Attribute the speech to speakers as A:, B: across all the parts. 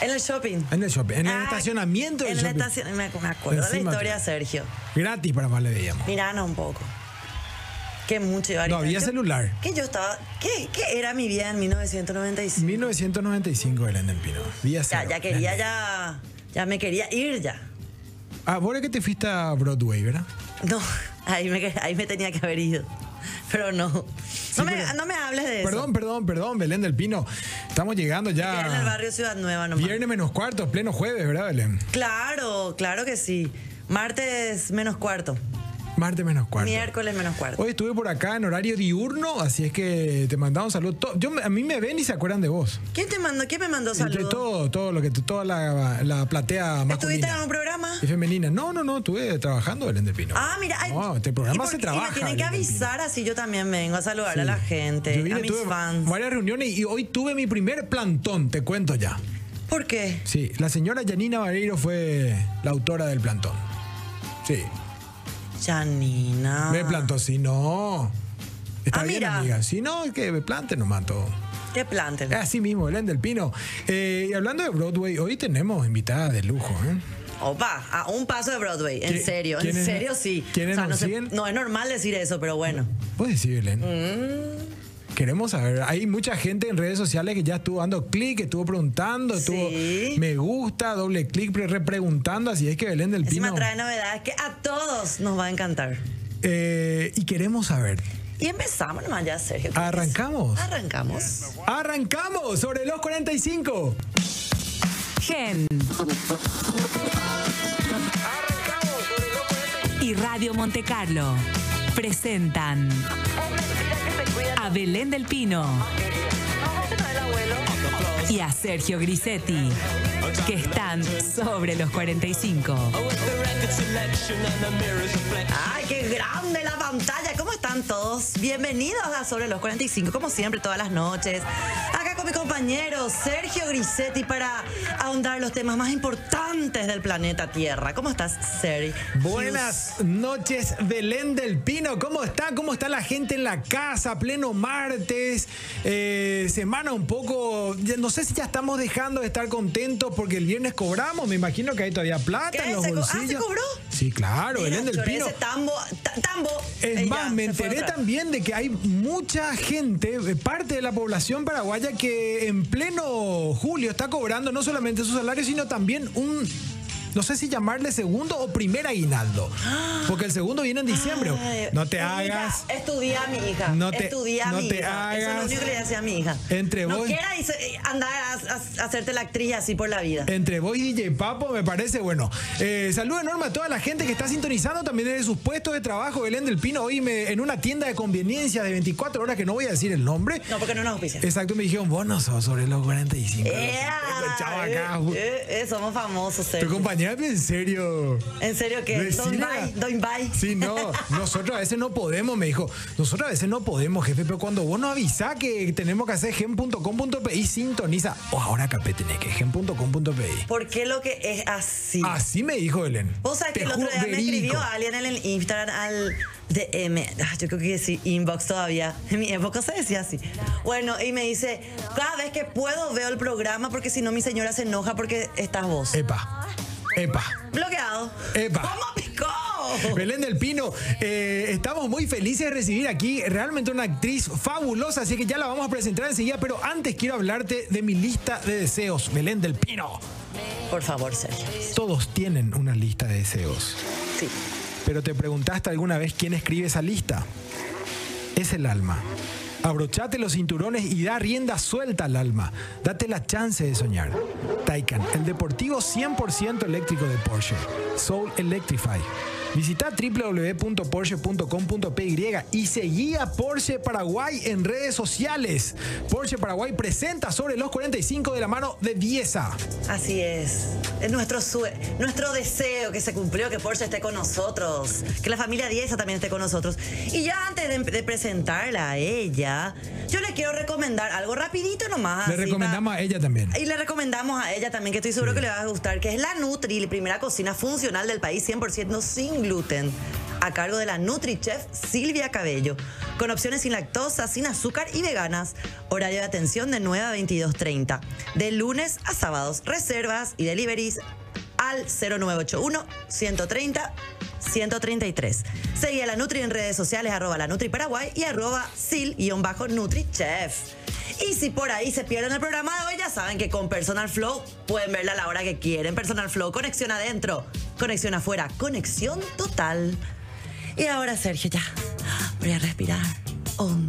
A: En el shopping.
B: En el shopping, en el
A: Ah,
B: estacionamiento del
A: En el
B: shopping.
A: estacionamiento. Me acuerdo de la
B: Encima
A: historia,
B: tuyo.
A: Sergio.
B: Gratis para más le veíamos.
A: Miranos un poco. Qué mucho iba a
B: No
A: gritar.
B: había
A: Yo-
B: celular.
A: Que yo estaba. ¿Qué, qué era mi vida en 1995?
B: 1995 Belén del Pino. Día
A: Ya,
B: cero.
A: ya quería, ya. Ya me quería ir ya.
B: Ah, vos era que te fuiste a Broadway, ¿verdad?
A: No, ahí me, ahí me tenía que haber ido. Pero no. No, me,
B: pero-
A: no me hables de eso.
B: Perdón, ah, perdón, perdón, Belén del Pino. Estamos llegando
A: Quedé en el
B: ya.
A: barrio Ciudad Nueva nomás.
B: Viernes menos cuarto, pleno jueves, ¿verdad, Belén?
A: Claro, claro que sí. Martes menos cuarto.
B: Martes menos cuarto.
A: Miércoles menos cuarto.
B: Hoy estuve por acá en horario diurno, así es que te mandamos saludos. To- Yo, a mí me ven y se acuerdan de vos.
A: ¿Quién te mandó? ¿Quién me mandó
B: Entre
A: saludos?
B: todo, todo lo que tú- toda la, la platea
A: ¿Estuviste en
B: masculina
A: un programa?
B: y femenina. No, no, no, estuve trabajando Belén del Pino.
A: Ah, mira. ay,
B: No, este
A: ¿y
B: programa
A: por
B: se
A: qué? Y
B: trabaja.
A: me tienen que
B: Belén del Pino.
A: avisar así yo también vengo a saludar a la gente,
B: Yo vine,
A: a mis
B: tuve
A: fans.
B: varias reuniones y hoy tuve mi primer plantón, te cuento ya.
A: ¿Por qué?
B: Sí, la señora Yanina Vareiro fue la autora del plantón. Sí,
A: Janina.
B: me plantó, si no. Está
A: Ah,
B: bien,
A: mira.
B: amiga. Si no, es que me plante nomás todo.
A: Te planten.
B: Así mismo, Belén del Pino. Eh, y hablando de Broadway, hoy tenemos invitada de lujo. ¿eh?
A: Opa, a un paso de Broadway. En
B: ¿Qui-
A: serio, en
B: quiénes-
A: serio sí.
B: quiénes
A: no,
B: nos
A: se-
B: siguen?
A: no es normal decir eso, pero bueno.
B: Puedes decir, Pues Belén.
A: Mm.
B: Queremos saber, hay mucha gente en redes sociales que ya estuvo dando clic, estuvo preguntando, estuvo
A: Sí.
B: me gusta, doble clic, pre- repreguntando, así es que Belén del
A: Encima
B: Pino.
A: trae novedades que a todos nos va a encantar.
B: Eh, y queremos saber.
A: Y empezamos nomás ya, Sergio. ¿qué
B: Arrancamos.
A: es? Arrancamos.
B: Arrancamos sobre los 45.
C: Gen. Y Radio Monte Carlo presentan a Belén del Pino y a Sergio Grisetti, que están sobre los 45.
A: ¡Ay, qué grande la pantalla! ¿Cómo están todos? Bienvenidos a Sobre los 45, como siempre, todas las noches. Acá con mi compañero Sergio Grisetti para ahondar los temas más importantes del planeta Tierra. ¿Cómo estás, Seri?
B: Buenas noches, Belén del Pino. ¿Cómo está? ¿Cómo está la gente en la casa? Pleno martes, eh, semana un poco. ya No sé si ya estamos dejando de estar contentos porque el viernes cobramos. Me imagino que hay todavía plata
A: ¿Qué?
B: en los
A: ¿Se co- ah, se
B: bolsillos.
A: cobró?
B: Sí, claro,
A: Mira,
B: Belén del
A: choré,
B: Pino.
A: ese tambo, ta- tambo.
B: Es
A: Eh,
B: más,
A: ya,
B: me
A: se fue
B: enteré
A: otra.
B: también de que hay mucha gente, de parte de la población paraguaya, que en pleno julio está cobrando no solamente su salario, sino también un, no sé si llamarle segundo o primer aguinaldo. Porque el segundo viene en diciembre.
A: Ay,
B: No te
A: mira,
B: hagas.
A: Estudia a mi hija.
B: No te-
A: estudia a
B: no
A: mi
B: te
A: hija. Eso es lo
B: hagas.
A: único que le decía a mi hija.
B: Entre
A: no
B: vos-
A: quiera hice- andar a, a- a hacerte la actriz así por la vida.
B: Entre vos y DJ Papo, me parece bueno. Eh, saludo enorme a toda la gente que está sintonizando también desde sus puestos de trabajo. Belén del Pino, hoy me- en una tienda de conveniencia de 24 horas, que no voy a decir el nombre.
A: No, porque no nos auspician.
B: Exacto, me dijeron, vos no sos sobre los 45.
A: ¡Ea!
B: Chao
A: Eh,
B: acá.
A: eh, eh, somos famosos,
B: Tu
A: Sergio.
B: compañera, en serio.
A: ¿En serio que Don
B: Decile a-
A: Bay, Don Bay.
B: Sí, no, nosotros a veces no podemos, me dijo. Nosotros a veces no podemos, jefe, pero cuando vos nos avisás que tenemos que hacer gen.com.pi, sintoniza. O ahora capé tenés que gen.com.pi.
A: ¿Por qué lo que es así?
B: Así me dijo Belén.
A: Vos sabés que
B: Te
A: el otro
B: juro,
A: día me
B: verídico.
A: escribió alguien en el Instagram al DM. Ah, Yo creo que decir inbox todavía. En mi época se decía así. Bueno, y me dice, cada vez que puedo veo el programa porque si no mi señora se enoja porque estás vos.
B: Epa, epa.
A: Bloqueado.
B: Eh, Epa.
A: ¿Cómo picó?
B: Belén del Pino, eh, estamos muy felices de recibir aquí realmente una actriz fabulosa, así que ya la vamos a presentar enseguida, pero antes quiero hablarte de mi lista de deseos, Belén del Pino.
A: Por favor, Sergio.
B: Todos tienen una lista de deseos,
A: Sí.
B: pero ¿te preguntaste alguna vez quién escribe esa lista? Es el alma. Abrochate los cinturones y da rienda suelta al alma. Date la chance de soñar. Taycan, el deportivo 100% eléctrico de Porsche. Soul Electrify. Visita www.porsche.com.py y seguí a Porsche Paraguay en redes sociales. Porsche Paraguay presenta sobre los 45 de la mano de Dieza.
A: Así es. Es nuestro sue- nuestro deseo que se cumplió, que Porsche esté con nosotros, que la familia Dieza también esté con nosotros. Y ya antes de, de presentarla a ella, yo le quiero recomendar algo rapidito nomás.
B: Le
A: así
B: recomendamos
A: pa-
B: a ella también.
A: y le recomendamos a ella también, que estoy seguro que le va a gustar, que es la Nutri, la primera cocina funcional del país 100% sin gluten, a cargo de la NutriChef Silvia Cabello. con opciones sin lactosa, sin azúcar y veganas. Horario de atención de 9 a 22.30, de lunes a sábados. Reservas y deliveries al 0981 130 133. Seguí a la Nutri en redes sociales, arroba la Nutri Paraguay y arroba sil-nutrichef. Y si por ahí se pierden el programa de hoy, ya saben que con Personal Flow pueden verla a la hora que quieren. Personal Flow, conexión adentro, conexión afuera, conexión total. Y ahora, Sergio, ya voy a respirar. Um,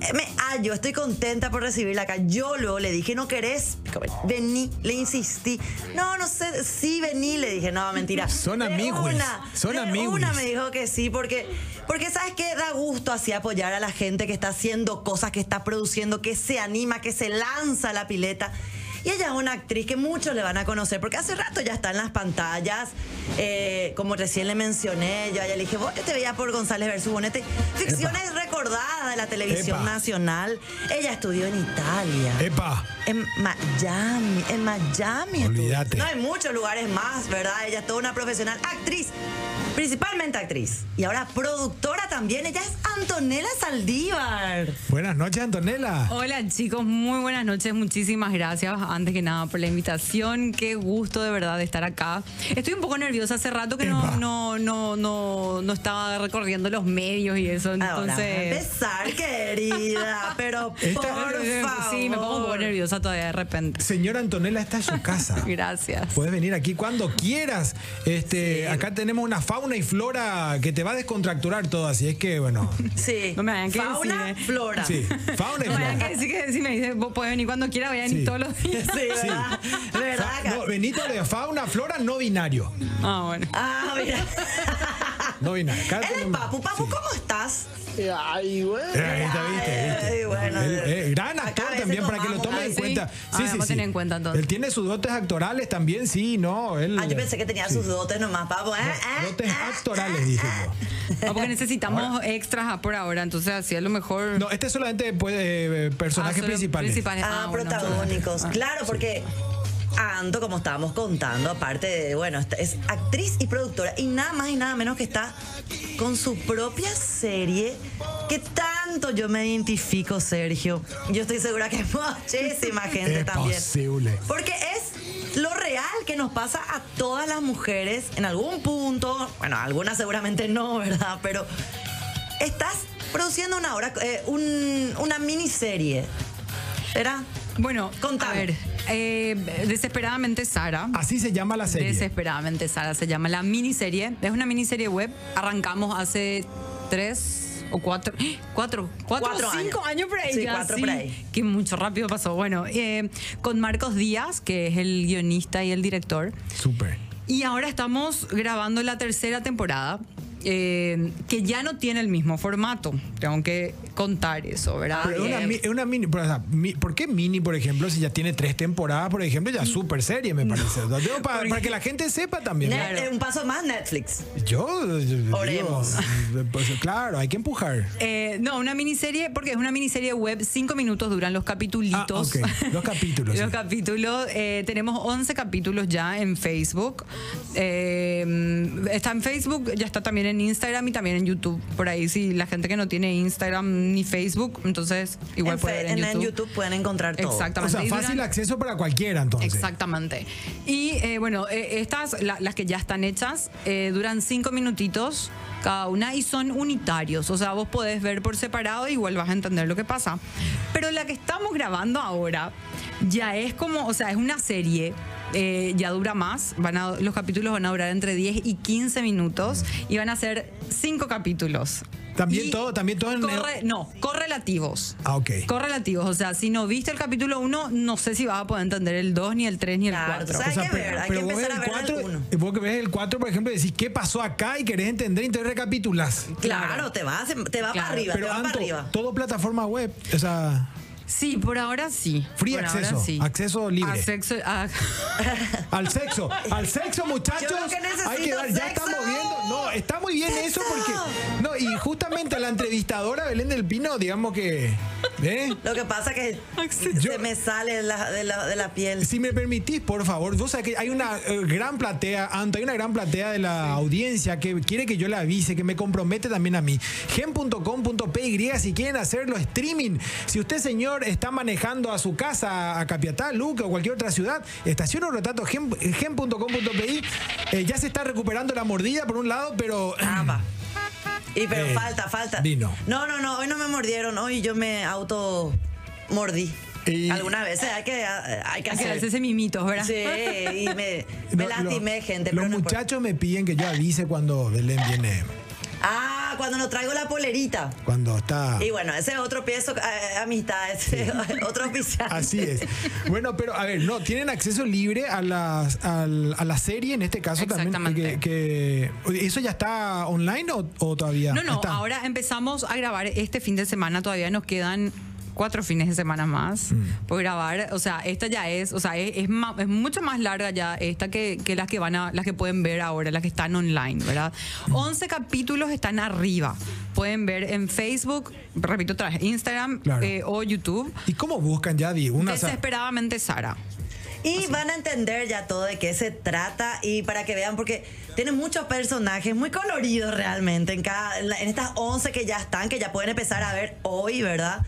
A: eh, Me hallo, estoy contenta por recibirla acá. Yo luego le dije, ¿no querés? Vení, le insistí. No, no sé, sí vení, le dije, no, mentira.
D: Son
A: De
D: amiguis,
A: una,
D: son
A: de
D: amiguis.
A: una me dijo que sí, porque, porque sabes que da gusto así apoyar a la gente que está haciendo cosas, que está produciendo, que se anima, que se lanza a la pileta. Y ella es una actriz que muchos le van a conocer, porque hace rato ya está en las pantallas. Eh, como recién le mencioné, yo a ella le dije, vos yo te veía por González versus Bonete. Ficciones recordadas de la televisión
B: Epa.
A: nacional. Ella estudió en Italia.
B: Epa,
A: En Miami, en Miami.
B: Olvídate.
A: No hay muchos lugares más, ¿verdad? Ella es toda una profesional, actriz, principalmente actriz. Y ahora productora también, ella es Antonella Saldívar.
B: buenas noches Antonella.
E: Hola chicos, muy buenas noches, muchísimas gracias antes que nada por la invitación, qué gusto de verdad de estar acá. Estoy un poco nerviosa, hace rato que
B: Epa.
E: no, no, no, no, no estaba recorriendo los medios y eso,
A: Ahora, va a
E: entonces...
A: empezar, querida, pero por favor.
E: Sí, me pongo un poco nerviosa todavía de repente.
B: Señora Antonella está en su casa.
E: Gracias.
A: Pues,
B: Puedes venir aquí cuando quieras. Este, acá tenemos una fauna y flora que te va a descontracturar todo, así es que bueno.
A: Sí.
E: No me hagan que
A: Fauna,
E: decir, eh.
A: flora.
B: Sí, fauna y
E: No, me
B: flora.
E: hagan que decir que si me dice, vos podés venir cuando quieras, voy a venir
B: Sí.
E: todos los días.
A: Sí, ¿verdad? ¿Verdad?
B: Fa- no, Benito de fauna, flora, no binario.
E: Ah, bueno.
A: Ah, mira.
B: No binario. Acá
A: Él es
B: tenemos-
A: Papu. Papu,
B: sí.
A: ¿cómo estás?
F: Ay, güey.
B: Eh, viste, viste, viste.
A: Ay, bueno.
B: Él- eh, gran
A: Acá a
B: actor
A: veces
B: también, para que lo
A: tomamos,
B: tomen
A: ¿no?
B: en
E: ¿sí?
B: cuenta.
E: Ah, vamos a tener en cuenta, entonces.
B: Él tiene sus dotes actorales también, sí, no. Él,
A: Ah, yo pensé que tenía sus dotes nomás, Papu. ¿eh? ¿eh?
B: Dotes actorales, dije
A: ah,
B: yo.
E: No, Ah, porque necesitamos extras ah, por ahora, entonces así a lo mejor...
B: No, este solamente puede eh,
E: Ah,
B: personajes
E: solo
B: principales.
A: Ah,
E: bueno,
A: protagónicos. Claro, porque Ando, como estábamos contando, aparte de, bueno, esta- es actriz y productora. Y nada más y nada menos que está con su propia serie. Que tanto yo me identifico, Sergio. Yo estoy segura que muchísima gente
B: Es
A: también.
B: posible.
A: Porque es lo real que nos pasa a todas las mujeres en algún punto. Bueno, algunas seguramente no, ¿verdad? Pero estás produciendo una obra, eh, un- una miniserie. ¿Era?
E: Bueno,
A: Contame.
E: a ver, eh, desesperadamente Sara.
B: Así se llama la serie.
E: Desesperadamente Sara se llama la miniserie. Es una miniserie web. Arrancamos hace tres o cuatro, ¡Ah! cuatro, cuatro,
A: Cuatro
E: o cinco
A: años.
E: años, por ahí.
A: Sí,
E: ya,
A: cuatro por ahí.
E: Que mucho rápido pasó. Bueno, eh, con Marcos Díaz, que es el guionista y el director.
B: Súper.
A: Ah,
E: Y ahora estamos grabando la tercera temporada, eh, que ya no tiene el mismo formato. Tengo que contar eso, ¿verdad?
B: Pero es una,
E: Eh,
B: mi- es una mini, pero, o sea, mi- ¿por qué mini, por ejemplo, si ya tiene tres temporadas, por ejemplo,
A: Mm.
B: ya súper serie, me parece? Lo tengo pa- para que la gente sepa también.
A: Net- eh, un paso más Netflix.
B: Yo, yo- yo-
A: Oremos.
B: digo, pues, claro, hay que empujar.
E: Eh, no, una miniserie, porque es una miniserie web, cinco minutos duran los capitulitos.
B: Ah, ok, los capítulos,
E: los
B: sí.
E: capítulos. eh, tenemos 11 capítulos ya en Facebook. Eh, está en Facebook, ya está también en Instagram y también en YouTube. Por ahí, si la gente que no tiene Instagram ni Facebook, entonces igual
A: en,
E: puede
A: Fe-
E: ver en,
A: en- en YouTube pueden encontrar todo.
E: Exactamente.
B: O sea,
E: Y duran-
B: fácil acceso para cualquiera, entonces.
E: Exactamente. Y eh, bueno, eh, estas, la- las que ya están hechas, eh, duran cinco minutitos cada una y son unitarios. O sea, vos podés ver por separado y igual vas a entender lo que pasa. Pero la que estamos grabando ahora ya es como, o sea, es una serie. eh, ya dura más, van a- los capítulos van a durar entre 10 y 15 minutos y van a ser cinco capítulos.
B: También
E: Y
B: todo- también todo en-
E: corre- no, correlativos.
B: Ah, ok.
E: Correlativos, o sea, si no viste el capítulo 1, no sé si vas a poder entender el 2, ni el 3, ni el
A: Claro,
E: 4.
A: o sea, Hay que ver, hay que
B: vos
A: empezar
B: ves
A: a
B: el
A: ver
B: cuatro-
A: alguno.
B: Vos que ves el 4, por ejemplo, y decís qué pasó acá y querés entender, entonces recapitulás.
A: Claro, te vas, te va para
E: Claro.
A: arriba, te
B: Pero
A: va para
B: Anto,
A: arriba.
B: todo plataforma web, o sea,
E: Sí, por ahora sí.
B: Free
E: Por
B: acceso,
E: ahora sí.
B: acceso libre.
E: A sexo- a-
B: Al sexo, al sexo, muchachos.
A: Yo lo que necesito
B: hay que dar, ya
A: sexo.
B: estamos viendo. No, está muy bien
A: Sexo.
B: eso porque. No, y justamente la entrevistadora Belén del Pino, digamos que. ¿eh?
A: Lo que pasa que
B: Yo-
A: se me sale de la, de la- de la piel.
B: Si me permitís, por favor, vos sabés que hay una eh, gran platea, Anto, hay una gran platea de la audiencia que quiere que yo la avise, que me compromete también a mí. Gen.com.py si quieren hacerlo streaming. Si usted, señor, está manejando a su casa, a Capiatá, Luca o cualquier otra ciudad, estación Orotato, gen- gen.com.pi, eh, ya se está recuperando la mordida por un lado, pero...
A: Apa. Y pero
B: Eh,
A: falta, falta.
B: vino.
A: No, no, no, hoy no me mordieron, hoy yo me auto mordí.
B: Y-
A: Algunas veces hay que, eh, hay que
E: a
A: hacer.
E: quedarse ese mimitos, ¿verdad?
A: Sí, y me, me
B: No,
A: lastimé,
B: lo-
A: gente.
B: Los
A: pero no importa.
B: muchachos me piden que yo avise cuando Belén viene,
A: Ah, cuando no traigo la polerita.
B: cuando está...
A: Y bueno, ese es otro piezo, eh, amistad, ese es otro oficial.
B: Así es. Bueno, pero a ver, no, tienen acceso libre a, las, al- a la serie en este caso también.
E: Exactamente.
B: Que, que- oye, ¿Eso ya está online o, o todavía?
E: No, no,
B: Está.
E: ahora empezamos a grabar este fin de semana, todavía nos quedan cuatro fines de semana más
B: Mm.
E: por grabar, o sea, esta ya es, o sea, es, es, ma- es mucho más larga ya esta que, que las que van a, las que pueden ver ahora, las que están online, ¿verdad?
B: Mm.
E: 11 capítulos están arriba, pueden ver en Facebook, repito otra vez, Instagram
B: Claro.
E: eh, o YouTube.
B: ¿Y cómo buscan ya, Di? Una, o sea,
E: Desesperadamente Sara.
A: Y van a entender ya todo de qué se trata y para que vean, porque tiene muchos personajes muy coloridos realmente en, cada, en, la- en estas 11 que ya están, que ya pueden empezar a ver hoy, ¿verdad?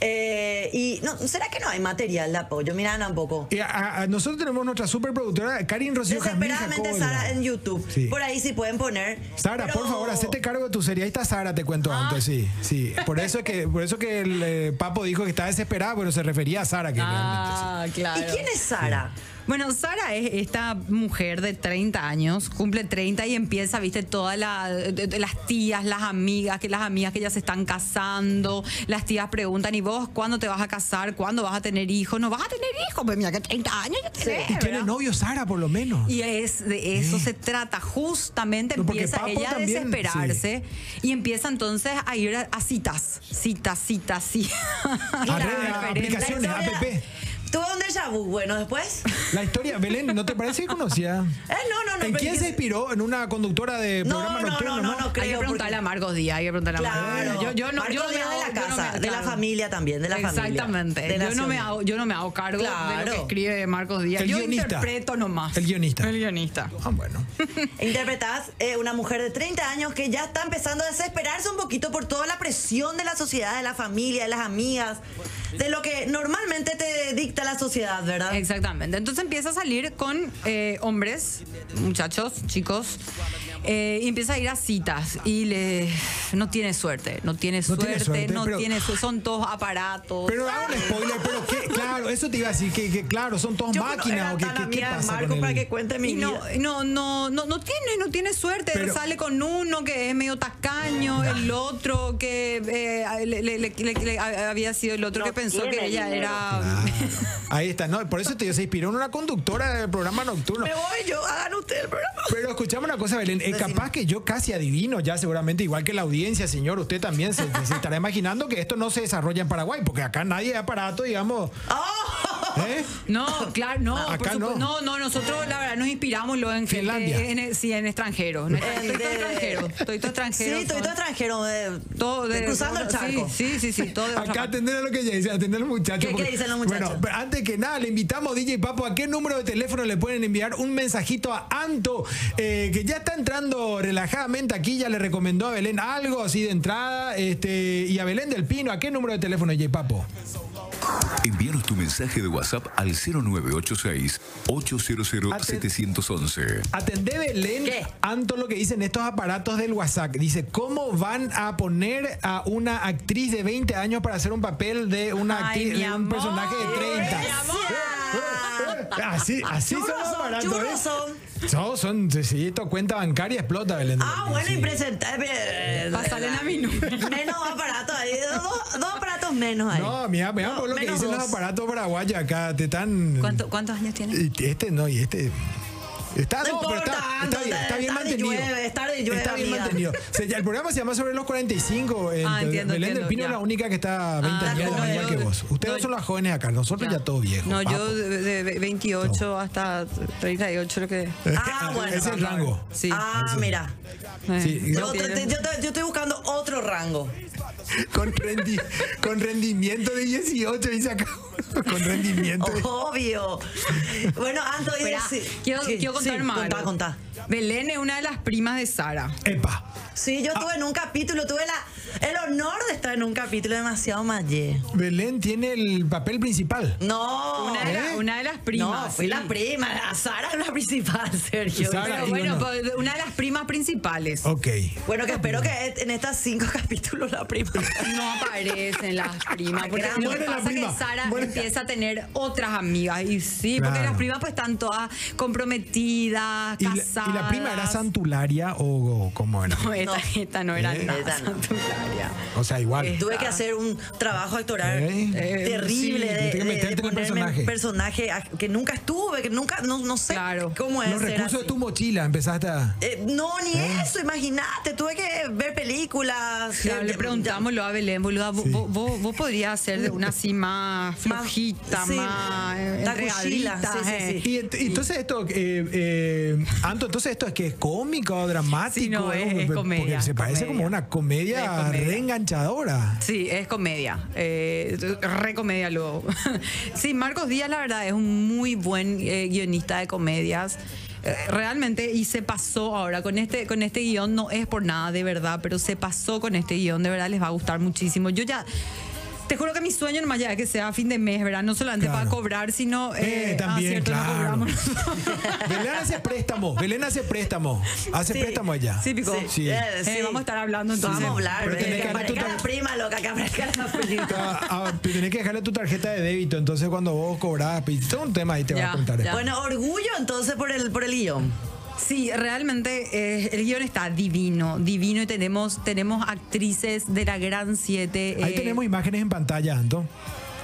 A: Eh, y no, ¿será que no hay material de apoyo? Mira, tampoco.
B: eh, a- a- nosotros tenemos nuestra superproductora, Karin Rocío Jazmín
A: Desesperadamente
B: Jacobo.
A: Sara en YouTube.
B: Sí.
A: Por ahí sí pueden poner.
B: Sara,
A: pero-
B: por favor, hacete cargo de tu serie. Ahí está Sara, te cuento
E: Ah.
B: antes, sí, sí. Por eso es que, por eso que el eh, Papo dijo que está desesperada, pero se refería a Sara, que
E: Ah.
B: realmente sí.
E: claro.
A: ¿Y quién es Sara?
E: Bueno, Sara es esta mujer de 30 años, cumple 30 y empieza, viste, todas la- de- de- las tías, las amigas, que las amigas que ya se están casando, las tías preguntan, ¿y vos cuándo te vas a casar? ¿Cuándo vas a tener hijos? No vas a tener hijos, pues mira que 30 años ya tenés,
B: Y tiene
E: ¿verdad?
B: novio Sara, por lo menos.
E: Y es de eso se trata. Justamente
B: No, porque
E: empieza
B: Papo
E: ella a
B: también,
E: desesperarse y empieza entonces a ir a, a citas. Citas, citas, citas.
B: A redes,
E: Diferentes.
B: a aplicaciones,
A: La historia-
B: app.
A: Tuve un déjà vu, bueno, después.
B: La historia, Belén, ¿no te parece que conocía?
A: Eh, no, no, no.
B: ¿En
A: pero
B: quién
A: es
B: se
A: que-
B: inspiró? ¿En una conductora de
A: No,
B: programa
A: no,
B: nocturno?
A: no, no, no,
E: hay que
A: creo.
E: preguntarle a
A: porque-
E: Marcos Díaz, hay que preguntarle a Marcos
A: Claro.
E: Díaz. Yo, yo no, yo
A: Marcos
E: no me
A: Díaz de
E: hago-
A: la
E: yo no me-
A: casa, de la familia también, de la familia,
E: Exactamente.
A: de
E: yo, no me
A: nacional.
E: hago, yo no me hago cargo de lo
A: Claro.
E: que escribe Marcos Díaz.
B: El
E: yo
B: guionista.
E: interpreto nomás.
B: El guionista.
E: El guionista.
B: Ah, bueno.
A: Interpretás eh, una mujer de 30 años que ya está empezando a desesperarse un poquito por toda la presión de la sociedad, de la familia, de las amigas, de lo que normalmente te dicta la sociedad, ¿verdad?
E: Exactamente. Entonces empieza a salir con eh, hombres, muchachos, chicos, eh, y empieza a ir a citas y le no tiene suerte, no tiene
B: No
E: suerte,
B: tiene suerte,
E: no
B: pero-
E: tiene su- son todos aparatos.
B: Pero hago un spoiler, pero que, claro, eso te iba a decir, que, que claro, son todos
A: Yo
B: máquinas.
A: conozco
B: o que,
A: tan
B: que- ¿Qué
A: amiga de
B: pasa
A: Marco
B: con él?
A: para que cuente mi
E: Y no,
A: vida.
E: no, no, no, no tiene, no tiene suerte.
B: Pero-
E: Sale con uno que es medio tacaño, el otro que eh, le, le- le- le- le- a- había sido el otro
D: No
E: que pensó que
D: tiene
E: ella
D: dinero.
E: era.
B: Ahí está, no, por eso te se inspiró en una conductora del programa nocturno.
A: Me voy yo, hagan usted el programa.
B: Pero escuchame una cosa, Belén, es
A: Decime.
B: capaz que yo casi adivino ya seguramente, igual que la audiencia, señor, usted también se, se estará imaginando que esto no se desarrolla en Paraguay, porque acá nadie es aparato, digamos.
A: ¡Oh!
B: ¿eh?
E: No, claro, no, por
B: Acá
E: supuesto-
B: no.
E: no, no, nosotros la verdad nos inspiramos lo en
B: Finlandia.
E: gente- en- sí, en extranjeros.
A: El
E: Estoy todo
A: de-
E: extranjero, estoy todo extranjero.
A: Sí, todo
E: son-
A: extranjero. eh,
E: todo de-
A: cruzando el
E: sí,
A: charco.
E: Sí, sí, sí, todo de otra
B: Acá
E: parte.
B: atender a lo que ella dice, atender al muchacho.
A: ¿Qué- qué dicen los muchachos?
B: Bueno, pero antes que nada, le invitamos, DJ Papo, a qué número de teléfono le pueden enviar un mensajito a Anto, eh, que ya está entrando relajadamente aquí, ya le recomendó a Belén algo así de entrada, este, y a Belén del Pino, ¿a qué número de teléfono, DJ Papo?
F: Envíanos tu mensaje de WhatsApp al 0986 800 711.
B: Atendé Belén,
A: ¿Qué?
B: Anto, lo que dicen estos aparatos del WhatsApp. Dice, ¿cómo van a poner a una actriz de 20 años para hacer un papel de una
E: Ay,
B: actriz,
E: mi
B: de un
E: amor.
B: personaje de 30?
E: Mi
A: amor.
B: Eh, eh, Así, así son
A: Churros
B: los
A: son,
B: aparatos.
A: churros
B: ¿eh?
A: son.
B: No, son, si- si tu cuenta bancaria explota, Belén.
A: Ah, bueno,
B: Sí.
A: impresentable. eh,
E: Pásale la minu.
A: Menos aparatos ahí, dos, dos aparatos menos ahí. Ah,
B: No, mira, mira
A: No,
B: por lo que
A: menos
B: dicen los
A: dos.
B: aparatos paraguayos acá, te están...
E: ¿Cuánto- ¿Cuántos años tiene?
B: Y Este no, y este... Está,
A: No
B: no, pero
A: importa,
B: está, está
A: Anton,
B: bien, está bien
A: tarde
B: mantenido.
A: llueve, tarde llueve,
B: Está bien
A: amiga.
B: mantenido. Se- ya, el programa se llama Sobre los 45. eh,
E: Ah, entiendo,
B: Belén del
E: entiendo,
B: Pino
E: ya.
B: es la única que está 20
E: Ah,
B: años
E: no,
B: más
E: yo-
B: allá que vos. Ustedes
E: no,
B: son las jóvenes acá, nosotros ya, todos viejos.
E: No,
B: papo.
E: yo de, de 28 hasta 38 creo que...
A: Ah, bueno.
B: Ese es el rango.
E: Sí.
A: Ah, mira.
B: Sí,
A: Yo, te-
E: Eh, tiene-
A: te- yo te- yo estoy buscando otro rango.
B: Con, rendi- con rendimiento de 18, dice acá. Con rendimiento de
A: Obvio. Bueno, Anto, y
E: Espera,
A: decí-
E: quiero,
A: ¿qué?
E: quiero contar
A: Sí,
E: más.
A: Contá,
E: algo.
A: contá.
E: Belén es una de las primas de Sara.
B: Epa.
A: Sí, yo estuve en un capítulo, tuve la, el honor de estar en un capítulo demasiado mayé.
B: Belén tiene el papel principal.
A: No.
B: ¿Eh?
E: Una, de la- una de las primas.
A: ¿Eh? No, fui la
E: sí.
A: prima, la Sara es la principal, Sergio.
B: Sara,
E: Pero
B: y
E: bueno,
B: bueno.
E: pues, una de las primas principales.
B: Ok.
A: Bueno, que espero que en estas cinco capítulos la prima.
E: No aparecen las primas. Porque
A: Gran-
E: lo que
B: Muere la
E: pasa es que
B: prima,
E: Sara
B: muere.
E: empieza a tener otras amigas. Y sí, porque
B: Claro.
E: las primas pues están todas comprometidas,
B: ¿Y la,
E: casadas.
B: y la prima era santularia o, o cómo era?
E: No, esta, esta no era
B: Eh.
E: nada
A: Esta no.
E: santularia.
B: O sea, igual.
A: Tuve que hacer un trabajo actoral
B: Eh, eh,
A: terrible
B: sí,
A: de,
B: tuviste
A: de-
B: que meterte
A: de
B: en el
A: ponerme
B: personaje.
A: en personaje a- que nunca estuve, que nunca, no, no sé
E: Claro.
A: cómo es.
B: Los
A: ser
B: recursos de
A: así.
B: tu mochila empezaste a.
A: Eh, no, ni eso, imagínate, tuve que ver películas.
E: Ya,
A: eh,
E: le
A: de-
E: preguntamos lo a Belén, boluda, vos, vos, vos podrías ser de una así más
A: Más-
E: flojita,
A: sí,
E: más eh,
A: tacuchila,
E: entregadita,
A: sí, sí,
E: eh.
A: sí.
B: Y ent- entonces esto, eh, eh, Anto, entonces esto es que es cómico o dramático.
E: Sí, no, es-
B: algo,
E: es
B: porque
E: comedia,
B: se parece
E: comedia.
B: como una
E: Es
B: comedia,
E: comedia.
B: reenganchadora.
E: Sí, es comedia. Eh, re comedia luego. sí, Marcos Díaz, la verdad, es un muy buen eh, guionista de comedias. Eh, Realmente, y se pasó ahora con este, con este guión, no es por nada de verdad, pero se pasó con este guión, de verdad les va a gustar muchísimo. Yo ya, te juro que mi sueño nomás ya es que sea fin de mes, ¿verdad? No solamente
B: Claro.
E: para cobrar, sino...
B: Eh,
E: ah,
B: también,
E: cierto, no
B: claro.
E: cobramos
B: Belén hace préstamo. Belén hace préstamo. Hace
A: Sí.
B: préstamo allá.
E: Sí, pico.
A: Sí,
B: Sí.
A: eh,
E: Eh,
A: sí.
E: vamos a estar hablando entonces.
A: Vamos a hablar,
B: Pero
A: eh,
B: tenés
A: que
B: que darle
A: aparezca
B: tu
A: la
B: tar-
A: prima, loca, que aparezca la prima.
B: Ah, ah, tenés que dejarle tu tarjeta de débito. Entonces, cuando vos cobrás, pues, todo un tema ahí te va
E: Ya,
B: a contar.
E: ya.
A: Bueno, orgullo entonces por el, por el guión.
E: Sí, realmente eh, el guión está divino, divino y tenemos, tenemos actrices de la Gran 7.
B: Ahí tenemos imágenes en pantalla, Anto.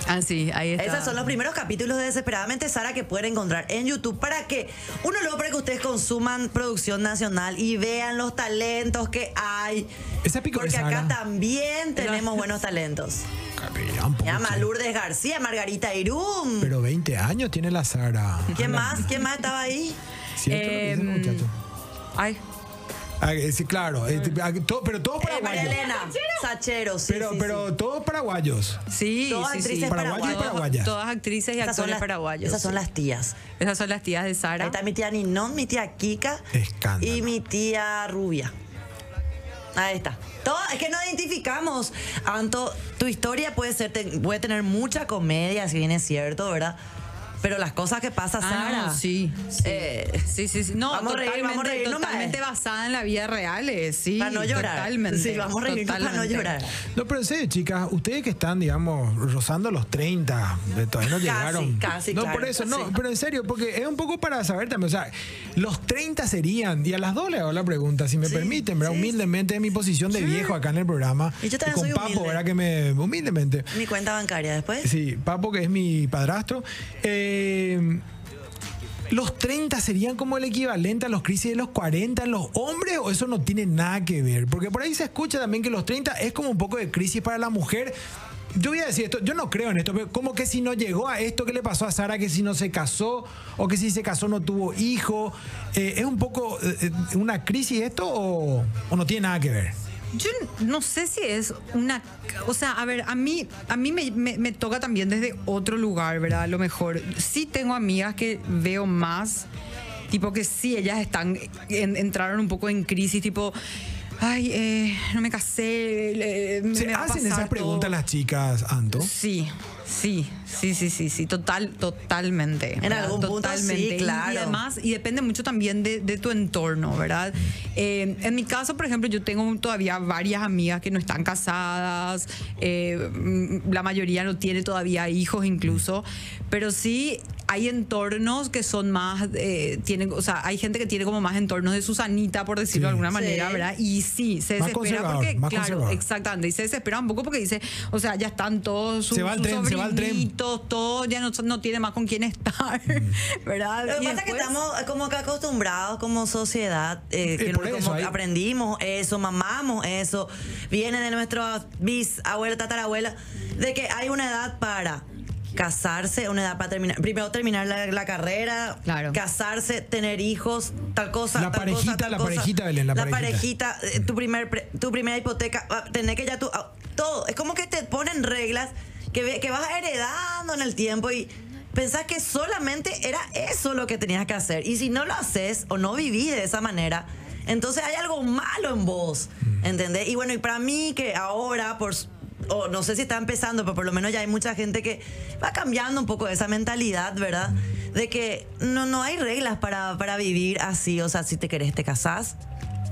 E: Ah, sí, ahí está.
A: Esos son los primeros capítulos de Desesperadamente Sara que pueden encontrar en YouTube para que, uno luego para que ustedes consuman producción nacional y vean los talentos que hay.
B: Esa pico de
A: Porque acá
B: Sara.
A: también tenemos buenos talentos.
B: Capilla, un poco,
A: Llama
B: che.
A: Lourdes García, Margarita Irún.
B: Pero 20 años tiene la Sara.
A: ¿Quién más? ¿Quién más estaba ahí?
B: ¿Cierto lo que dicen los
E: Em,
B: muchachos?
E: Ay,
B: Ah, eh, sí, claro. eh, ah, to- pero todos
A: Eh, María
B: paraguayos.
A: Elena. Sachero, sí.
B: Pero,
A: sí,
B: pero
A: sí.
B: todos paraguayos.
E: sí,
A: Todas
E: sí, sí.
A: actrices
B: Paraguayos y
A: paraguayas.
B: paraguayas.
E: Todas actrices y
A: Esas son
E: actores
A: las-
E: paraguayos.
A: Esas son
E: sí.
A: las tías.
E: Esas son las tías de
A: Ahí
E: Sara.
A: está mi tía Ninón, mi tía Kika
B: Escándalo.
A: y mi tía Rubia. Ahí está. Todo, es que nos identificamos. Anto, tu historia puede ser te- puede tener mucha comedia, si bien es cierto, ¿verdad? Pero las cosas que pasa Sara.
E: Ah, sí. Sí.
A: Eh,
E: sí, sí, sí. No,
A: vamos a reír,
E: totalmente,
A: vamos a reír nomás.
E: totalmente basada en la vida real, eh, sí.
A: Para no llorar.
E: Totalmente.
A: Sí, vamos a reír para no
E: totalmente.
A: llorar.
B: No, pero en serio, chicas, ustedes que están, digamos, rozando los 30, eh, todavía no
A: Casi,
B: llegaron.
A: casi,
B: No,
A: claro,
B: por eso,
A: sí.
B: no, pero en serio, porque es un poco para saber también, o sea, los 30 serían, y a las dos le hago la pregunta, si me permiten, ¿verdad?
A: sí,
B: humildemente, en mi posición de viejo acá en el programa.
A: Y yo también
B: con
A: soy
B: Papo,
A: humilde.
B: ¿verdad? Que me, humildemente.
A: Mi cuenta bancaria después.
B: Sí, Papo, que es mi padrastro. eh, ¿Los 30 serían como el equivalente a los crisis de los 40 en los hombres o eso no tiene nada que ver? Porque por ahí se escucha también que los 30 es como un poco de crisis para la mujer. Yo voy a decir esto, yo no creo en esto, pero como que si no llegó a esto que le pasó a Sara, que si no se casó o que si se casó no tuvo hijo, eh, ¿es un poco eh, eh, una crisis esto o, o no tiene nada que ver?
E: Yo no sé si es una... O sea, a ver, a mí, a mí me, me- me toca también desde otro lugar, ¿verdad? A lo mejor. Sí tengo amigas que veo más, tipo que sí, ellas están en- entraron un poco en crisis, tipo... Ay, eh, no me casé. eh, me-
B: ¿Se
E: me va a
B: hacen
E: pasar
B: esas preguntas
E: todo".
B: las chicas, Anto?
E: Sí, sí, sí, sí, sí, sí, total, totalmente.
A: En algún punto sí,
E: Y-
A: claro.
E: Y además, y depende mucho también de, de tu entorno, ¿verdad? Eh, en mi caso, por ejemplo, yo tengo todavía varias amigas que no están casadas, eh, mm, la mayoría no tiene todavía hijos incluso, pero sí hay entornos que son más, eh, tienen, o sea, hay gente que tiene como más entornos de Susanita, por decirlo de alguna manera,
A: Sí.
E: ¿verdad? Y sí, se
B: Más
E: desespera
B: conservador,
E: porque,
B: más
E: claro,
B: conservador.
E: exactamente, y se desespera un poco porque dice, o sea, ya están todos sus,
B: Se va el
E: sus
B: tren, se va el tren.
E: sobrinitos, todos, ya no, no tiene más con quién estar, ¿verdad?
A: Lo que
E: Y
A: pasa es que
E: después-
A: estamos eh, como que acostumbrados como sociedad, eh, que
B: por
A: no-
B: eso,
A: como
B: ahí-
A: aprendimos eso, mamamos eso, viene de nuestra bisabuela, tatarabuela, de que hay una edad para casarse, una edad para terminar, primero terminar la, la carrera,
E: Claro.
A: casarse, tener hijos, tal cosa,
B: La
A: tal cosa,
B: parejita,
A: tal
B: la
A: cosa.
B: parejita, Belén, la
A: parejita, eh, tu primer pre- tu primera hipoteca, ah, tener que ya tu ah, todo, es como que te ponen reglas que ve- que vas heredando en el tiempo y pensás que solamente era eso lo que tenías que hacer y si no lo haces o no vivís de esa manera, entonces hay algo malo en vos, ¿entendés? Y bueno, y para mí que ahora por s- o no sé si está empezando, pero por lo menos ya hay mucha gente que va cambiando un poco esa mentalidad, ¿verdad? De que no, no hay reglas para, para vivir así. O sea, si te querés, te casás.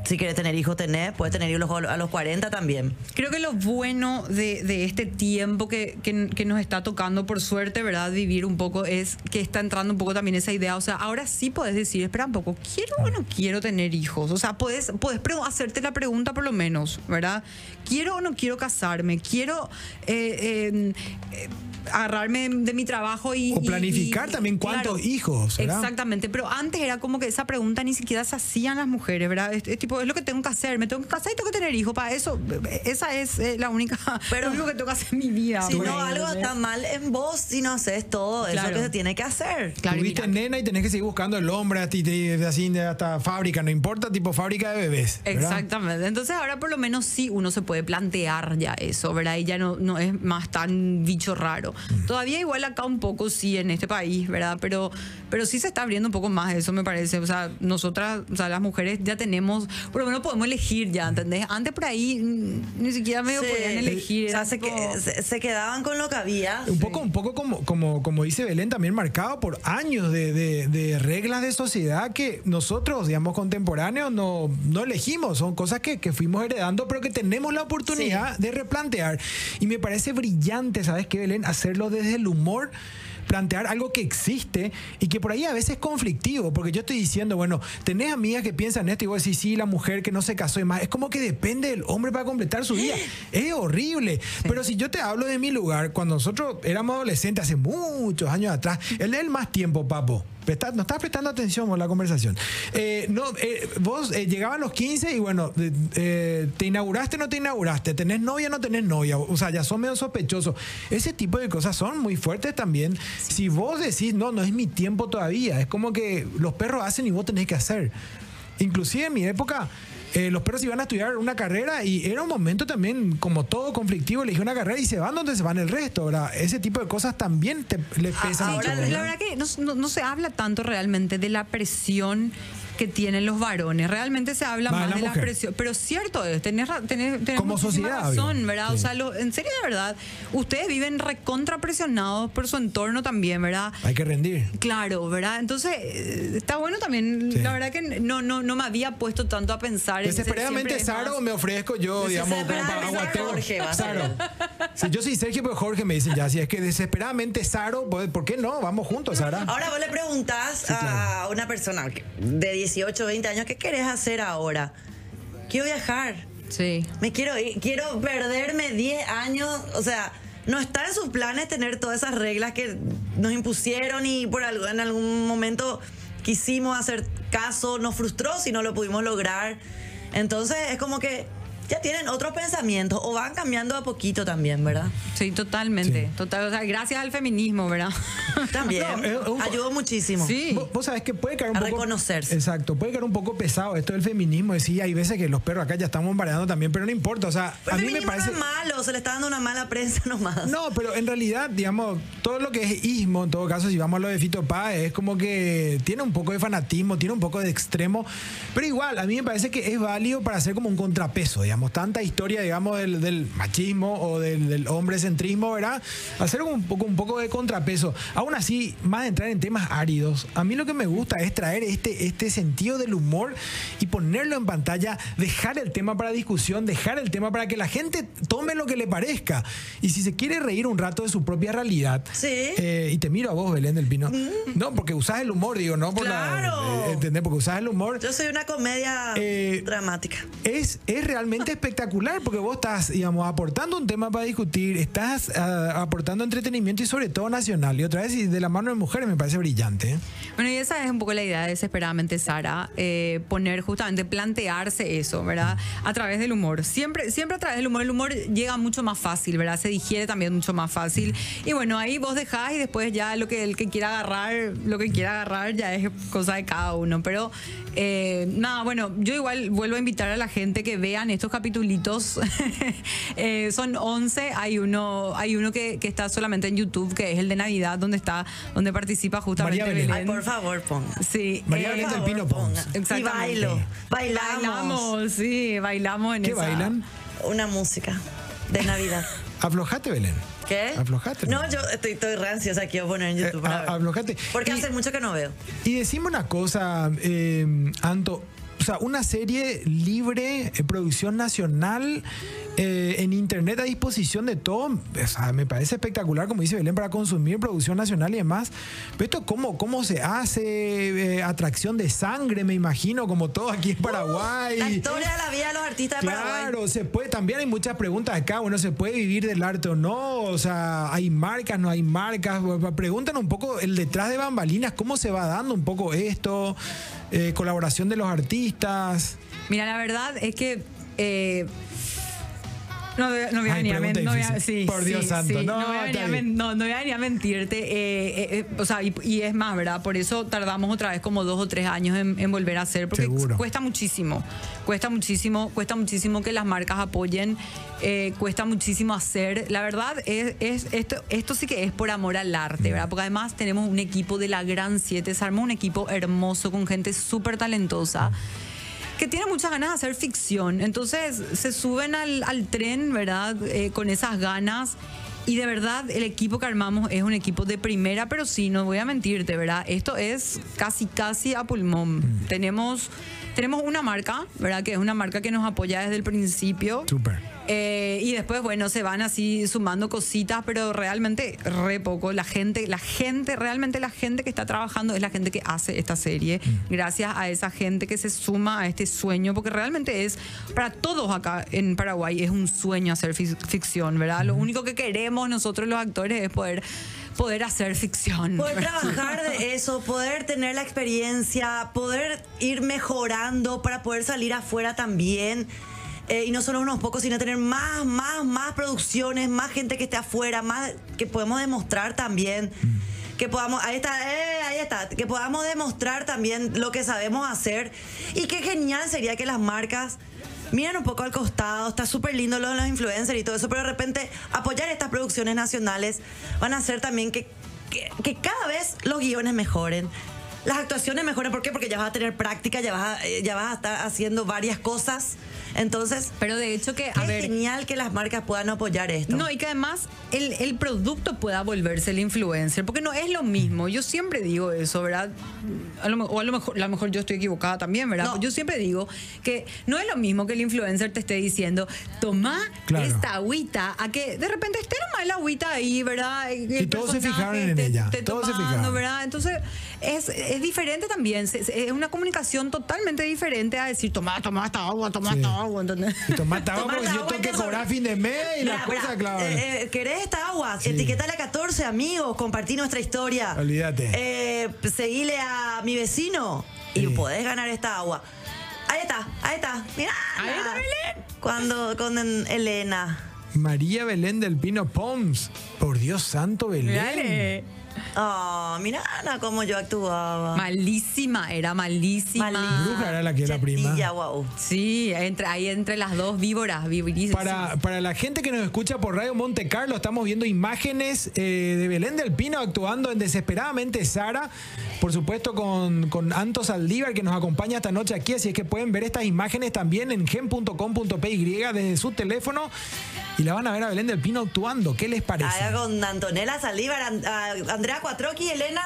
A: Si querés tener hijos, tenés. Puedes tener hijos a los- a los 40 también.
E: Creo que lo bueno de, de este tiempo que, que- que nos está tocando, por suerte, ¿verdad? Vivir un poco es que está entrando un poco también esa idea. O sea, ahora sí podés decir, espera un poco, ¿quiero o no quiero tener hijos? O sea, podés, podés pre- hacerte la pregunta por lo menos, ¿verdad? ¿Quiero o no quiero casarme? ¿Quiero eh, eh, eh, agarrarme de mi trabajo y...
B: O
E: y-
B: planificar
E: y-
B: también cuántos hijos, ¿verdad?
E: Exactamente, pero antes era como que esa pregunta ni siquiera se hacían las mujeres, ¿verdad? Es, es tipo, es lo que tengo que hacer, me tengo que casar y tengo que tener hijos, para eso, esa es eh, la única,
A: Pero-
E: lo único que tengo que hacer en mi vida.
A: Si
E: por
A: no,
E: ahí,
A: algo
E: ¿entendés?
A: está mal en vos si no haces todo eso
E: Claro.
A: que se tiene que hacer.
E: Claro, y
B: Tuviste
E: mira.
B: nena y tenés que seguir buscando el hombre hasta, así, de- hasta fábrica, no importa, tipo fábrica de bebés. ¿verdad?
E: Exactamente. Entonces ahora por lo menos sí uno se puede plantear ya eso, ¿verdad? Y ya no, no es más tan bicho raro.
A: Mm.
E: Todavía igual acá un poco sí en este país, ¿verdad? Pero, pero sí se está abriendo un poco más eso, me parece. O sea, nosotras, o sea, las mujeres ya tenemos, por lo menos podemos elegir ya, ¿entendés? Antes por ahí mm, ni siquiera medio
A: Sí.
E: podían elegir.
A: O sea,
E: era
A: se,
E: tipo-
A: que- se- se quedaban con lo que había.
B: Un poco, un poco como, como, como dice Belén, también marcado por años de, de- de reglas de sociedad que nosotros, digamos, contemporáneos, no, no elegimos. Son cosas que, que fuimos heredando, pero que tenemos la oportunidad de replantear. Y me parece brillante, ¿sabes qué, Belén? Hacerlo desde el humor plantear algo que existe y que por ahí a veces es conflictivo, porque yo estoy diciendo, bueno, tenés amigas que piensan esto y vos decís, sí, la mujer que no se casó y más, es como que depende del hombre para completar su vida. Es horrible. Pero si yo te hablo de mi lugar, cuando nosotros éramos adolescentes hace muchos años atrás, él es el más tiempo, papo. Presta- no estás prestando atención con la conversación. Eh, no, eh, vos eh, llegaban los 15 y bueno, de- eh, te inauguraste o no te inauguraste, tenés novia o no tenés novia, o sea, ya son medio sospechosos. Ese tipo de cosas son muy fuertes también. Si vos decís, no, no es mi tiempo todavía, es como que los perros hacen y vos tenés que hacer. Inclusive en mi época, eh, los perros iban a estudiar una carrera y era un momento también, como todo conflictivo, elegí una carrera y se van donde se van el resto. ¿verdad? Ese tipo de cosas también te, le pesan.
E: Ah, Ahora,
B: mucho,
E: la
B: ¿verdad?
E: verdad que no, no- no se habla tanto realmente de la presión que tienen los varones. Realmente se habla
B: Va,
E: más
B: la
E: de la
B: mujer.
E: presión. Pero cierto es, tenés, ra- tenés, tenés
B: Como
E: muchísima
B: sociedad,
E: razón,
B: obvio.
E: ¿verdad? O
B: Sí.
E: sea, lo- en serio, de verdad, ustedes viven recontrapresionados por su entorno también, ¿verdad?
B: Hay que rendir.
E: Claro, ¿verdad? Entonces, eh, está bueno también.
B: Sí.
E: La verdad que no, no, no me había puesto tanto a pensar en
B: Desesperadamente, Saro,
E: Saro
B: me ofrezco yo, digamos, como para
A: Desesperadamente,
B: aguateo.
A: Jorge, va a ser.
B: Saro. Si yo soy Sergio, pero Jorge me dicen ya, si es que desesperadamente, Saro, pues, ¿por qué no? Vamos juntos, Sara.
A: Ahora vos le preguntás a una persona que- de 18, 20 años, ¿qué querés hacer ahora? Quiero viajar.
E: Sí.
A: Me quiero ir, quiero perderme 10 años, o sea, no está en sus planes tener todas esas reglas que nos impusieron y por algo en algún momento quisimos hacer caso, nos frustró si no lo pudimos lograr. Entonces es como que ya tienen otros pensamientos o van cambiando a poquito también, ¿verdad?
E: Sí, totalmente. Total, o sea, gracias al feminismo, ¿verdad?
A: También
B: No, es un-
A: ayudó muchísimo.
E: Sí.
B: Vos, vos sabés que puede caer un
A: A
B: poco.
A: reconocerse.
B: Exacto, puede caer un poco pesado esto del feminismo. y Sí, hay veces que los perros acá ya están bombardeando también, pero no importa. O sea,
A: Pero
B: a
A: el
B: mí me
A: feminismo
B: parece.
A: no es malo, se le está dando una mala prensa nomás.
B: No, pero en realidad, digamos, todo lo que es ismo, en todo caso, si vamos a lo de Fito Páez, es como que tiene un poco de fanatismo, tiene un poco de extremo, pero igual, a mí me parece que es válido para hacer como un contrapeso, digamos, tanta historia, digamos, del, del machismo o del, del hombrecentrismo, ¿verdad? Hacer un poco, un poco de contrapeso. Aún así, más de entrar en temas áridos, a mí lo que me gusta es traer este, este sentido del humor y ponerlo en pantalla, dejar el tema para discusión, dejar el tema para que la gente tome lo que le parezca. Y si se quiere reír un rato de su propia realidad,
A: Sí. Mm.
B: eh, y te miro a vos, Belén del Pino, no, porque usás el humor, digo, no por
A: Claro.
B: la... eh, ¿Entendés? Porque usás el humor.
A: Yo soy una comedia
B: Eh,
A: dramática.
B: Es, es realmente espectacular porque vos estás, digamos, aportando un tema para discutir, estás ah, aportando entretenimiento y sobre todo nacional. Y otra vez, y de la mano de mujeres, me parece brillante. ¿eh?
E: Bueno, y esa es un poco la idea de desesperadamente Sara, eh, poner justamente, plantearse eso, ¿verdad? A través del humor. Siempre, siempre a través del humor, el humor llega mucho más fácil, ¿verdad? Se digiere también mucho más fácil. Y bueno, ahí vos dejás y después ya lo que el que quiera agarrar, lo que quiera agarrar ya es cosa de cada uno. Pero eh, nada, bueno, yo igual vuelvo a invitar a la gente que vean estos capitulitos. Eh, son 11, hay uno, hay uno que, que está solamente en YouTube, que es el de Navidad, donde está, donde participa justamente
B: María Belén.
A: Ay, por favor, ponga.
E: Sí.
B: María
E: eh,
B: Belén del
A: por
B: Pino
A: favor,
B: Pons.
A: ponga. Y
E: Exactamente.
A: bailo. Bailamos.
E: Bailamos, sí, bailamos en
B: ¿Qué
E: esa-
B: bailan?
A: Una música de Navidad.
B: Aflojate, Belén.
A: ¿Qué?
B: Aflojate.
A: No, yo estoy, estoy re ansiosa. Quiero poner en YouTube.
B: Eh,
A: para
B: a-
A: ver.
B: aflojate.
A: Porque
B: Y-
A: hace mucho que no veo.
B: Y decime una cosa, eh, Anto. O sea, una serie libre, eh, producción nacional, eh, en internet a disposición de todo. O sea, me parece espectacular, como dice Belén, para consumir producción nacional y demás. Pero esto, ¿cómo, cómo se hace? Eh, atracción de sangre, me imagino, como todo aquí en Paraguay.
A: Uh, La historia de la vida de los artistas de Paraguay.
B: Claro, se puede, también hay muchas preguntas acá, bueno, ¿se puede vivir del arte o no? O sea, ¿hay marcas, no hay marcas? Preguntan un poco el detrás de bambalinas, ¿cómo se va dando un poco esto? Eh, colaboración de los artistas.
E: Mira, la verdad es que. eh, no, de- no voy a
B: Ay,
E: venir a
B: pregunta
E: men- no voy a-
B: difícil.
E: sí,
B: Por Dios
E: sí,
B: santo,
E: sí,
B: no,
E: no voy a venir
B: está
E: a
B: bien.
E: men- no, no voy a venir a mentirte. eh, eh, eh, o sea, y, y es más, ¿verdad? Por eso tardamos otra vez como dos o tres años en, en volver a hacer, porque
B: Seguro.
E: cuesta muchísimo. Cuesta muchísimo, cuesta muchísimo que las marcas apoyen, eh, cuesta muchísimo hacer. La verdad, es, es- esto, esto sí que es por amor al arte,
B: Mm.
E: ¿verdad? Porque además tenemos un equipo de la Gran 7, se armó un equipo hermoso con gente súper talentosa
B: Mm.
E: que tiene muchas ganas de hacer ficción. Entonces se suben al, al tren, ¿verdad? Eh, con esas ganas. Y de verdad, el equipo que armamos es un equipo de primera, pero sí, no voy a mentirte, ¿verdad? Esto es casi, casi a pulmón. Tenemos, tenemos una marca, ¿verdad? Que es una marca que nos apoya desde el principio.
B: Súper.
E: Eh, y después, bueno, se van así sumando cositas, pero realmente re poco. La gente, la gente, realmente la gente que está trabajando es la gente que hace esta serie. Gracias a esa gente que se suma a este sueño, porque realmente es para todos acá en Paraguay es un sueño hacer fic- ficción, ¿verdad? Lo único que queremos nosotros los actores es poder, poder hacer ficción.
A: Poder
E: ¿verdad?
A: trabajar de eso, poder tener la experiencia, poder ir mejorando para poder salir afuera también. Eh, y no solo unos pocos, sino tener más, más, más producciones, más gente que esté afuera, más que podemos demostrar también. Que podamos, ahí está, eh, ahí está, que podamos demostrar también lo que sabemos hacer. Y qué genial sería que las marcas miren un poco al costado, está súper lindo lo de los influencers y todo eso, pero de repente apoyar estas producciones nacionales van a hacer también que, que, que cada vez los guiones mejoren. Las actuaciones mejoren, ¿por qué? Porque ya vas a tener práctica, ya vas a, eh, ya vas a estar haciendo varias cosas. Entonces,
E: Pero de hecho que, a
A: es
E: ver,
A: genial que las marcas puedan apoyar esto.
E: No, y que además el, el producto pueda volverse el influencer, porque no es lo mismo. Yo siempre digo eso, ¿verdad? A lo me- o a lo mejor, a lo mejor yo estoy equivocada también, ¿verdad?
A: No.
E: Yo siempre digo que no es lo mismo que el influencer te esté diciendo, toma
B: Claro.
E: esta agüita, a que de repente esté nomás la agüita ahí, ¿verdad? El
B: Y todos se
E: personaje
B: fijaron en
E: esté-
B: ella,
E: esté
B: todos se
E: tomando,
B: fijaron.
E: ¿verdad? Entonces es, es diferente también, se- se- es una comunicación totalmente diferente a decir, toma, toma esta agua, toma
B: Sí.
E: esta agua, ¿entendés?
B: Y tomá tabá
A: Tomá
B: porque
A: la
B: yo
A: agua
B: tengo
A: y
B: que
A: te sobre-
B: cobrar fin de mes y
A: Mira,
B: las
A: mira,
B: cosas, claro.
A: eh, eh, ¿Querés esta agua? Etiquetale a 14 amigos, compartí nuestra historia.
B: Olvídate.
A: Eh, seguile a mi vecino y
B: Sí.
A: podés ganar esta agua. Ahí está, ahí está. Mirá.
E: Ahí está Belén.
A: Cuando con en- Elena.
B: María Belén del Pino Poms. Por Dios santo, Belén.
E: Dale.
A: Oh, mirá Ana, cómo yo actuaba.
E: Malísima, era malísima.
A: Malísima.
B: Bruja era la que era prima.
A: Chetilla, guau.
E: Sí, entre, ahí entre las dos víboras, vivirísimas.
B: Para, para la gente que nos escucha por Radio Monte Carlo, estamos viendo imágenes eh, de Belén del Pino actuando en Desesperadamente Sara. por supuesto con, con Anto Saldívar que nos acompaña esta noche aquí, así es que pueden ver estas imágenes también en gen.com.py desde su teléfono y la van a ver a Belén del Pino actuando. ¿Qué les parece?
A: Haga con Antonella Saldívar, An- a- Andrea Cuatroqui y Elena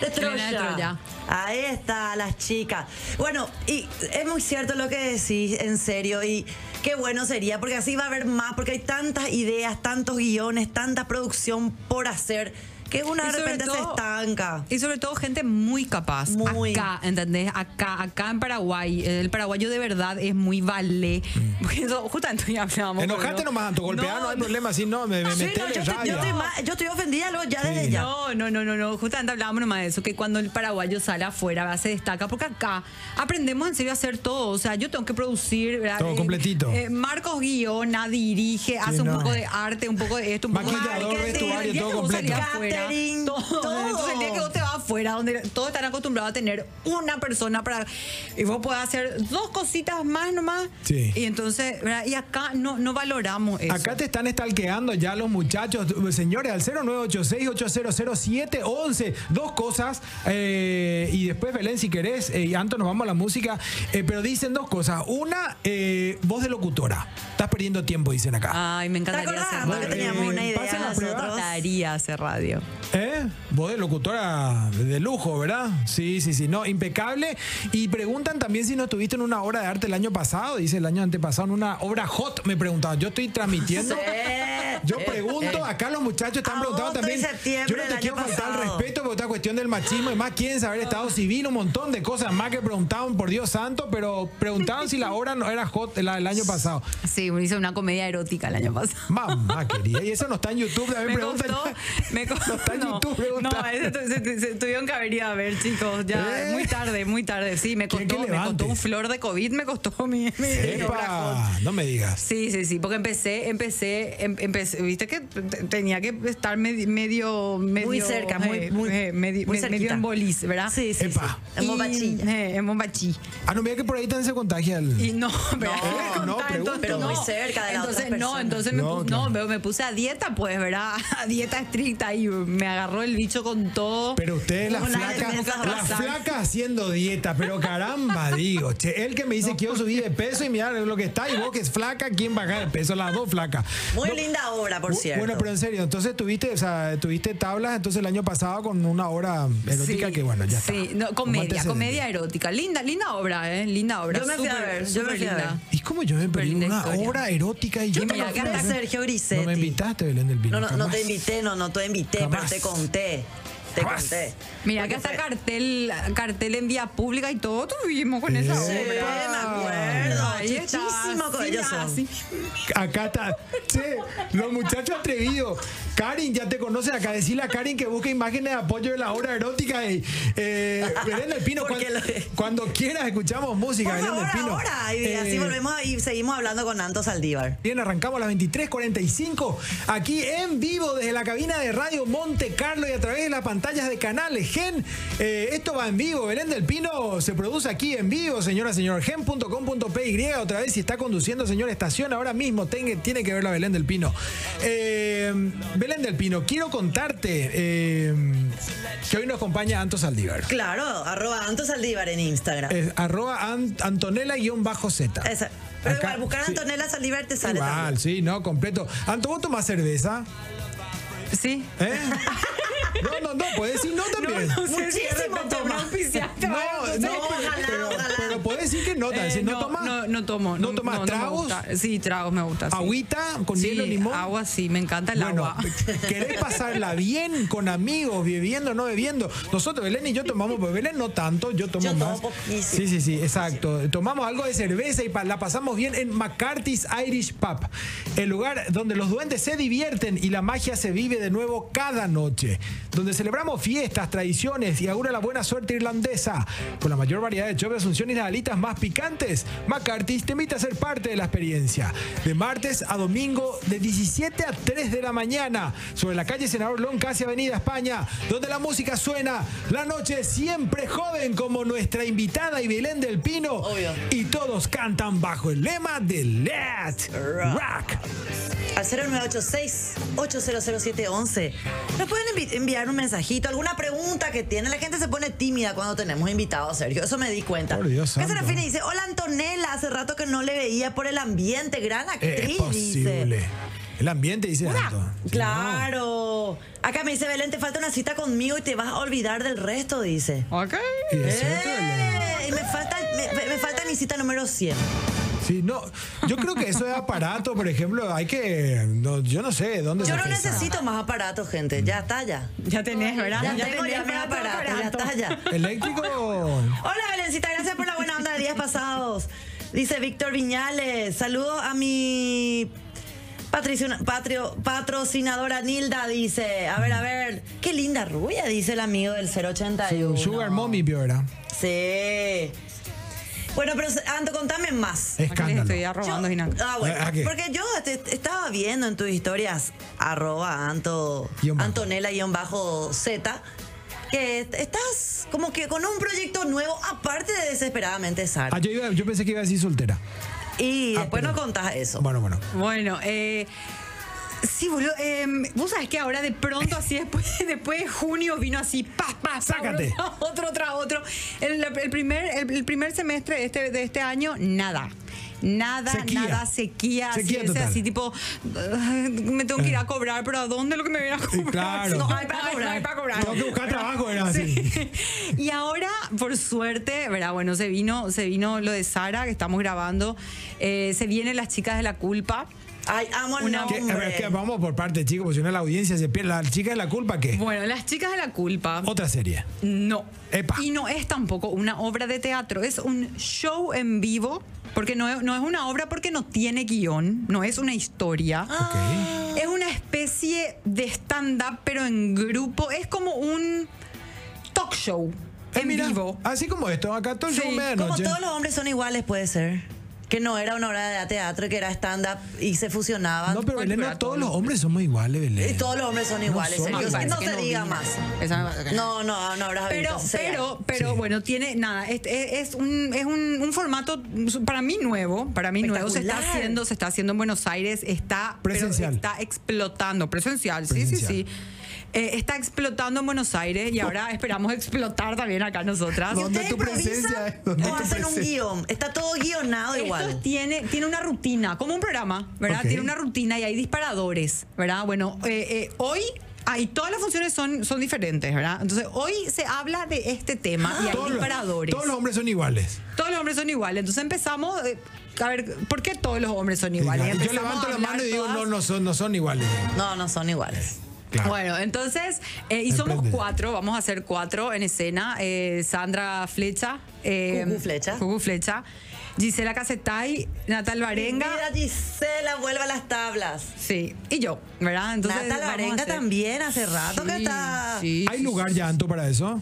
A: de Troya.
E: Elena de Troya.
A: Ahí está, las chicas. Bueno, y es muy cierto lo que decís, en serio, y qué bueno sería, porque así va a haber más, porque hay tantas ideas, tantos guiones, tanta producción por hacer, que una de
E: Y sobre
A: repente se
E: todo-
A: estanca.
E: Y sobre todo gente muy capaz.
A: Muy.
E: Acá, ¿entendés? Acá, acá en Paraguay. El paraguayo de verdad es muy vale. Porque eso, justamente hoy hablábamos.
B: Mm. Enojate
E: pero-
B: nomás, Anto, golpear no, hay problema, si no, me, me
A: Sí, no,
B: metele
A: yo, estoy, yo
B: rabia.
A: estoy ma- yo estoy ofendida luego ya desde ya.
E: No, no, no, no, no. Justamente hablábamos nomás de eso, que cuando el paraguayo sale afuera, se destaca, porque acá aprendemos en serio a hacer todo. O sea, yo tengo que producir, ¿verdad?
B: Todo
E: Eh,
B: completito.
E: eh, Marcos guiona, dirige, hace un
B: no.
E: poco de arte, un poco de esto, un poco de
B: Maquillador, vestuario,
E: el día
B: todo
E: que vos
B: completo.
E: salís afuera,
A: Catering,
E: todo.
A: todo.
E: Entonces, el día que vos te vas afuera, donde todos están acostumbrados a tener una persona para. Y vos podés hacer dos cositas más nomás.
B: Sí.
E: Y entonces, ¿verdad? Y acá no, no valoramos eso.
B: Acá te están estalqueando ya los muchachos. Señores, al 0986-800711. Dos cosas. eh, y después, Belén, si querés, eh, y Anto, nos vamos a la música. Eh, pero dicen dos cosas. Una, eh, voz de locutora. Estás perdiendo tiempo, dicen acá.
E: Ay, me encantaría
A: ¿Te acordás,
E: hacer
A: no,
E: radio.
A: que teníamos una idea
B: Pasen la
A: nosotros?
E: Me encantaría hacer radio.
B: ¿Eh? Voz de locutora de lujo, ¿verdad? Sí, sí, sí. No, impecable. Y preguntan también si no estuviste en una obra de arte el año pasado. Dice el año antepasado, en una obra hot, me preguntaban. Yo estoy transmitiendo.
A: Eh,
B: Yo pregunto, acá los muchachos están
A: Agosto
B: preguntando
A: y
B: también.
A: septiembre
B: Yo no
A: del
B: te
A: año
B: quiero faltar al
A: pasado. Ah.
B: respeto porque esta cuestión del machismo y más quieren saber estado civil, un montón de cosas más que preguntaban, por Dios santo, pero preguntaban si la obra no era hot la del año pasado.
E: Sí, hice una comedia erótica el año pasado.
B: Mamá querida, y eso no está en YouTube, también
E: Me
B: preguntan.
E: costó, me costó.
B: No está en YouTube, preguntan.
E: no, ese tu- se, se- se tuvieron que haber ido a ver, chicos. Ya,
B: ¿Eh?
E: muy tarde, muy tarde. Sí, me
B: ¿Quién que
E: costó, me
B: levante?
E: costó un flor de COVID, me costó mi. mi- mi obra
B: Epa,
E: hot.
B: no me digas.
E: Sí, sí, sí, porque empecé, empecé, em- empecé, viste que te- tenía que estar medi- medio, medio,
A: cerca, muy-
E: eh,
A: muy-
E: eh, medi-
A: muy
E: me- medio
A: cerquita.
E: en bolis, ¿verdad?
A: Sí, sí,
B: Epa.
A: sí. En bombachilla.
E: Y, eh, en bombachí.
B: Ah, no, mira que por ahí también se contagia el.
E: Y no, pero
B: no, pregunto. Pero
A: muy cerca de la otra
E: entonces, No,
A: persona.
E: entonces me,
B: No,
E: puse,
B: claro.
E: no, me, me puse a dieta, pues, ¿verdad? A dieta estricta y me agarró el bicho con todo.
B: Pero ustedes, las
A: Como nadie
B: flacas,
A: piensa
B: las
A: pasar.
B: flacas haciendo dieta, pero caramba, digo, che, él que me dice que yo subí de peso y mira lo que está, y vos que es flaca, ¿quién baja de peso? Las dos flacas.
A: Muy
B: No,
A: linda obra, por
B: Bu-
A: cierto.
B: Bueno, pero en serio, entonces tuviste, o sea, tuviste tablas entonces el año pasado con una obra erótica
E: Sí,
B: que bueno, ya
E: Sí,
B: está.
E: no,
B: Como
E: comedia,
B: antecedente.
E: comedia erótica. Linda, linda obra, ¿eh? Linda obra.
A: Yo me fui a
E: súper,
A: ver, yo
E: súper
A: me fui a
E: linda.
A: ver.
B: ¿Y cómo yo me perdí
E: Linda
B: una
E: historia.
B: obra erótica y yo
E: te
B: me
E: la
B: fui a
E: gané a
B: ver?
A: Sergio Grisetti.
B: No me invitaste, Belén del Pino.
A: No, no, no
B: jamás.
A: te invité, no, no te invité,
B: Jamás.
A: pero te conté. Te
B: Jamás.
A: conté.
E: Mira,
A: Porque
E: acá está
A: fue-
E: cartel, cartel en vía pública y todo tuvimos con esa
A: Sí, me
E: obra.
A: acuerdo.
E: Ahí está,
A: Chichísimo con
E: sí,
A: ellos
B: ah,
A: son.
E: así.
B: Acá está. Che, los muchachos atrevidos. Karin, ya te conoce acá. Decirle a Karin que busque imágenes de apoyo de la obra erótica. Y, eh, Belén del Pino, cuan-
A: Porque
B: cuando,
A: lo-
B: quieras escuchamos música,
A: Por
B: Belén
A: favor,
B: del Pino.
A: ahora. Y así
B: Eh,
A: volvemos y seguimos hablando con Anto Saldívar.
B: Bien, arrancamos a las 23.45 aquí en vivo desde la cabina de Radio Monte Carlo y a través de las pantallas de canales Gen. Eh, esto va en vivo. Belén del Pino se produce aquí en vivo, señora, señor. Gen.com.py. Otra vez, si está conduciendo, señor, estación ahora mismo. tenga- tiene que ver la Belén del Pino. Eh, Belén del Pino, quiero contarte eh, que hoy nos acompaña Anto Saldívar.
A: Claro, arroba Anto Saldívar en Instagram.
B: Es arroba an- Antonella-Z.
A: Esa. Pero
B: Acá,
A: igual, buscar a
B: sí.
A: Antonella Saldívar te sale
B: Igual,
A: también.
B: sí, no, completo. Anto, ¿vos tomás cerveza?
E: Sí.
B: ¿Eh? No, no, no, puedes decir no también.
E: No sé si de
A: Muchísimo
E: repente
A: toma.
E: me auspiciaste,
B: No,
E: ¿verdad?
B: no,
A: ojalá,
B: pero,
A: ojalá.
B: pero puedes decir que no, también.
E: Eh,
B: si no, tomas.
E: No, no tomo.
B: No tomas
E: me
B: tragos.
E: gusta. sí, tragos me gusta. sí.
B: Agüita con
E: Sí,
B: hielo y limón.
E: Agua, sí, me encanta el
B: Bueno,
E: agua.
B: ¿querés pasarla bien con amigos, bebiendo no bebiendo? Nosotros, Belén y yo tomamos, pero Belén no tanto, yo tomo
A: Yo tomo
B: más.
A: poquísimo.
B: sí, sí, sí, exacto. Tomamos algo de cerveza y pa- la pasamos bien en McCarthy's Irish Pub, el lugar donde los duendes se divierten y la magia se vive de nuevo cada noche, donde celebramos fiestas, tradiciones y augura la buena suerte irlandesa, con la mayor variedad de chope, asunciones y las alitas más picantes. McCarthy te invita a ser parte de la experiencia. De martes a domingo, de 17 a 3 de la mañana, sobre la calle Senador Lon, casi Avenida España, donde la música suena, la noche siempre joven, como nuestra invitada y Belén del Pino.
A: Obvio.
B: Y todos cantan bajo el lema de Let's
A: Rock.
B: Rock.
A: al 0986-800711. Nos pueden envi- enviar un mensajito, alguna pregunta que tiene. La gente se pone tímida cuando tenemos invitados, Sergio. Eso me di cuenta.
B: Por Dios santo.
A: Cáceres Fini dice, hola Antonella, hace rato que no le veía por el ambiente, gran actriz,
B: Es
A: dice. Ah,
B: posible. El ambiente dice tanto. Sí, no.
A: Claro. Acá me dice Belén, te falta una cita conmigo y te vas a olvidar del resto, dice.
E: Ok.
B: Sí, es cierto, Belén.
A: ¡Eh! Y me falta, me- me falta mi cita número 100.
B: Sí, no, yo creo que eso de aparato, por ejemplo, hay que, no, yo no sé dónde.
A: Yo
B: se
A: no
B: pesa.
A: necesito más aparatos, gente. Ya está, ya.
E: Ya tenés, ¿verdad?
A: Ya, tengo ya mis aparatos, ya está, ya.
B: Eléctrico.
A: Hola Belencita, gracias por la buena onda de días pasados. Dice Víctor Viñales, saludo a mi patricina- patrio- patrocinadora Nilda, dice, a ver, a ver, qué linda rubia, dice el amigo del 081.
B: Sugar Mommy vio, ¿verdad?
A: Sí. Bueno, pero Anto, contame más.
E: Escándalo.
B: Escándalo.
E: Estoy ya
A: Yo-
E: robando, Gina.
A: Ah, bueno,
B: Eh, ¿a qué?
A: porque yo te- te estaba viendo en tus historias, arroba Anto,
B: Guión bajo.
A: Antonella-Z, que est- estás como que con un proyecto nuevo, aparte de Desesperadamente Sara.
B: Ah, yo, iba- yo pensé que iba a decir soltera.
A: y
B: ah,
A: después
B: perdón.
A: no contás eso.
B: Bueno, bueno.
E: Bueno, eh, sí, boludo. eh, Vos sabés que ahora de pronto, así después, después de junio, vino así, pa, pa, pa,
B: Sácate.
E: uno tras Otro tras otro. El, el primer, el, el primer semestre de este, de este año, nada. Nada,
B: Sequía.
E: nada, sequía,
B: Sequía
E: así, o sea,
B: total. Eh.
E: así tipo, me tengo que ir a cobrar, pero ¿a dónde es lo que me viene a cobrar?
B: claro.
E: No hay para cobrar, no hay para cobrar.
B: Tengo que buscar trabajo, era así.
E: Sí. Y ahora, por suerte, ¿verdad? Bueno, se vino, se vino lo de Sara, que estamos grabando. Eh, se vienen las chicas de la culpa.
A: Ay, amo el
E: Una-
B: Que- a ver,
A: nombre.
B: que vamos por parte, chicos, porque si no la audiencia se pierde. La chica de la culpa, ¿qué?
E: Bueno, las chicas de la culpa.
B: Otra serie.
E: No.
B: Oh. Epa.
E: Y no es tampoco una obra de teatro, es un show en vivo, porque no es, no es una obra porque no tiene guión, no es una historia.
B: Ok.
E: Es una especie de stand-up, pero en grupo. Es como un talk show
B: Eh,
E: en
B: mira,
E: vivo.
B: Así como esto, acá todo el
E: Sí,
B: show
A: Como
B: medianoche.
A: todos los hombres son iguales, puede ser. Que no era una obra de teatro, que era stand-up y se fusionaban.
B: No, pero
E: Bueno,
B: Belén,
E: pero
B: no
E: a
B: todos
E: todos
B: los hombres somos iguales,
A: Y
B: Belén.
A: todos los hombres son iguales,
B: son
A: Sergio.
B: iguales.
A: No
E: Parece que
A: se diga
E: vi
A: más.
E: nada. Esa me parece que
A: No, no, no habrás
E: Pero,
A: visto, sea.
E: pero, pero bueno, tiene nada, es, es- es un, es un, un formato para mí nuevo, para mí nuevo, se está
A: Espectacular.
E: haciendo, se está haciendo en Buenos Aires, está, pero
B: Presencial.
E: está explotando, presencial, sí,
B: Presencial.
E: sí, sí. Eh, está explotando en Buenos Aires y ahora esperamos explotar también acá nosotras.
A: ¿Y
B: ¿Dónde
A: ustedes
B: tu presencia, eh?
A: improvisan
B: ¿Dónde
A: o
B: tu
A: hacen un
B: presencia?
A: guión? Está todo guionado
E: Esto
A: igual.
E: tiene, tiene una rutina, como un programa, ¿verdad?
B: Ok.
E: Tiene una rutina y hay disparadores, ¿verdad? Bueno, eh, eh, hoy ahí todas las funciones son, son diferentes, ¿verdad? Entonces, hoy se habla de este tema y hay
B: Todos los-
E: disparadores.
B: Todos los hombres son iguales.
E: Todos los hombres son iguales. Entonces empezamos. eh, a ver, ¿por qué todos los hombres son iguales?
B: Y yo
E: Empezamos
B: levanto
E: a
B: la
E: hablar
B: mano y digo,
E: todas-
B: no, no son, no son iguales.
A: No, no son iguales.
B: Claro.
E: Bueno, entonces, eh, y
B: Me
E: somos
B: prende.
E: cuatro, vamos a hacer cuatro en escena. Eh, Sandra Flecha. Eh,
A: Cucu Flecha.
E: Cucu Flecha. Gisela Casetay, Natal Varenga.
A: Mira, Gisela, vuelva a las tablas.
E: Sí, y yo, ¿verdad? Entonces,
A: Natal
E: vamos a
A: Varenga
E: hacer-
A: también, hace rato que
E: Sí,
A: está-
E: sí,
B: ¿Hay
E: sí,
B: lugar
E: sí,
B: ya,
E: sí.
B: Anto, para eso?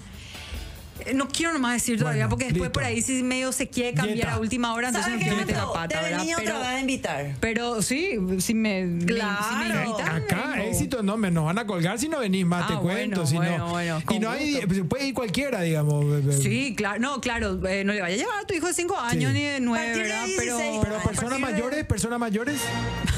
E: Eh, No quiero nomás decir todavía,
B: Bueno,
E: porque después
B: listo.
E: por ahí si medio se quiere cambiar
B: Dieta.
E: a última hora, entonces no
A: ¿Sabes qué,
E: quiero meter la
A: Nato?
E: pata,
A: Te
E: ¿verdad?
A: venía
E: Pero,
A: otra vez a invitar.
E: pero sí, si me. Si me
A: Claro.
E: invitan,
B: Acá,
E: vengo.
B: éxito, no, me nos van a colgar si no venís más,
E: Ah,
B: te cuento.
E: bueno,
B: si no-
E: bueno, bueno,
B: y
E: con
B: no hay,
E: gusto.
B: pues, puede ir cualquiera, digamos. be- be-
E: Sí, claro, no, claro, eh, no le vaya a llevar a tu hijo de 5 años ni de 9,
A: Partir de
E: ¿verdad?
A: 16.
B: Pero
A: a
B: personas
E: partir de-
B: mayores, personas mayores,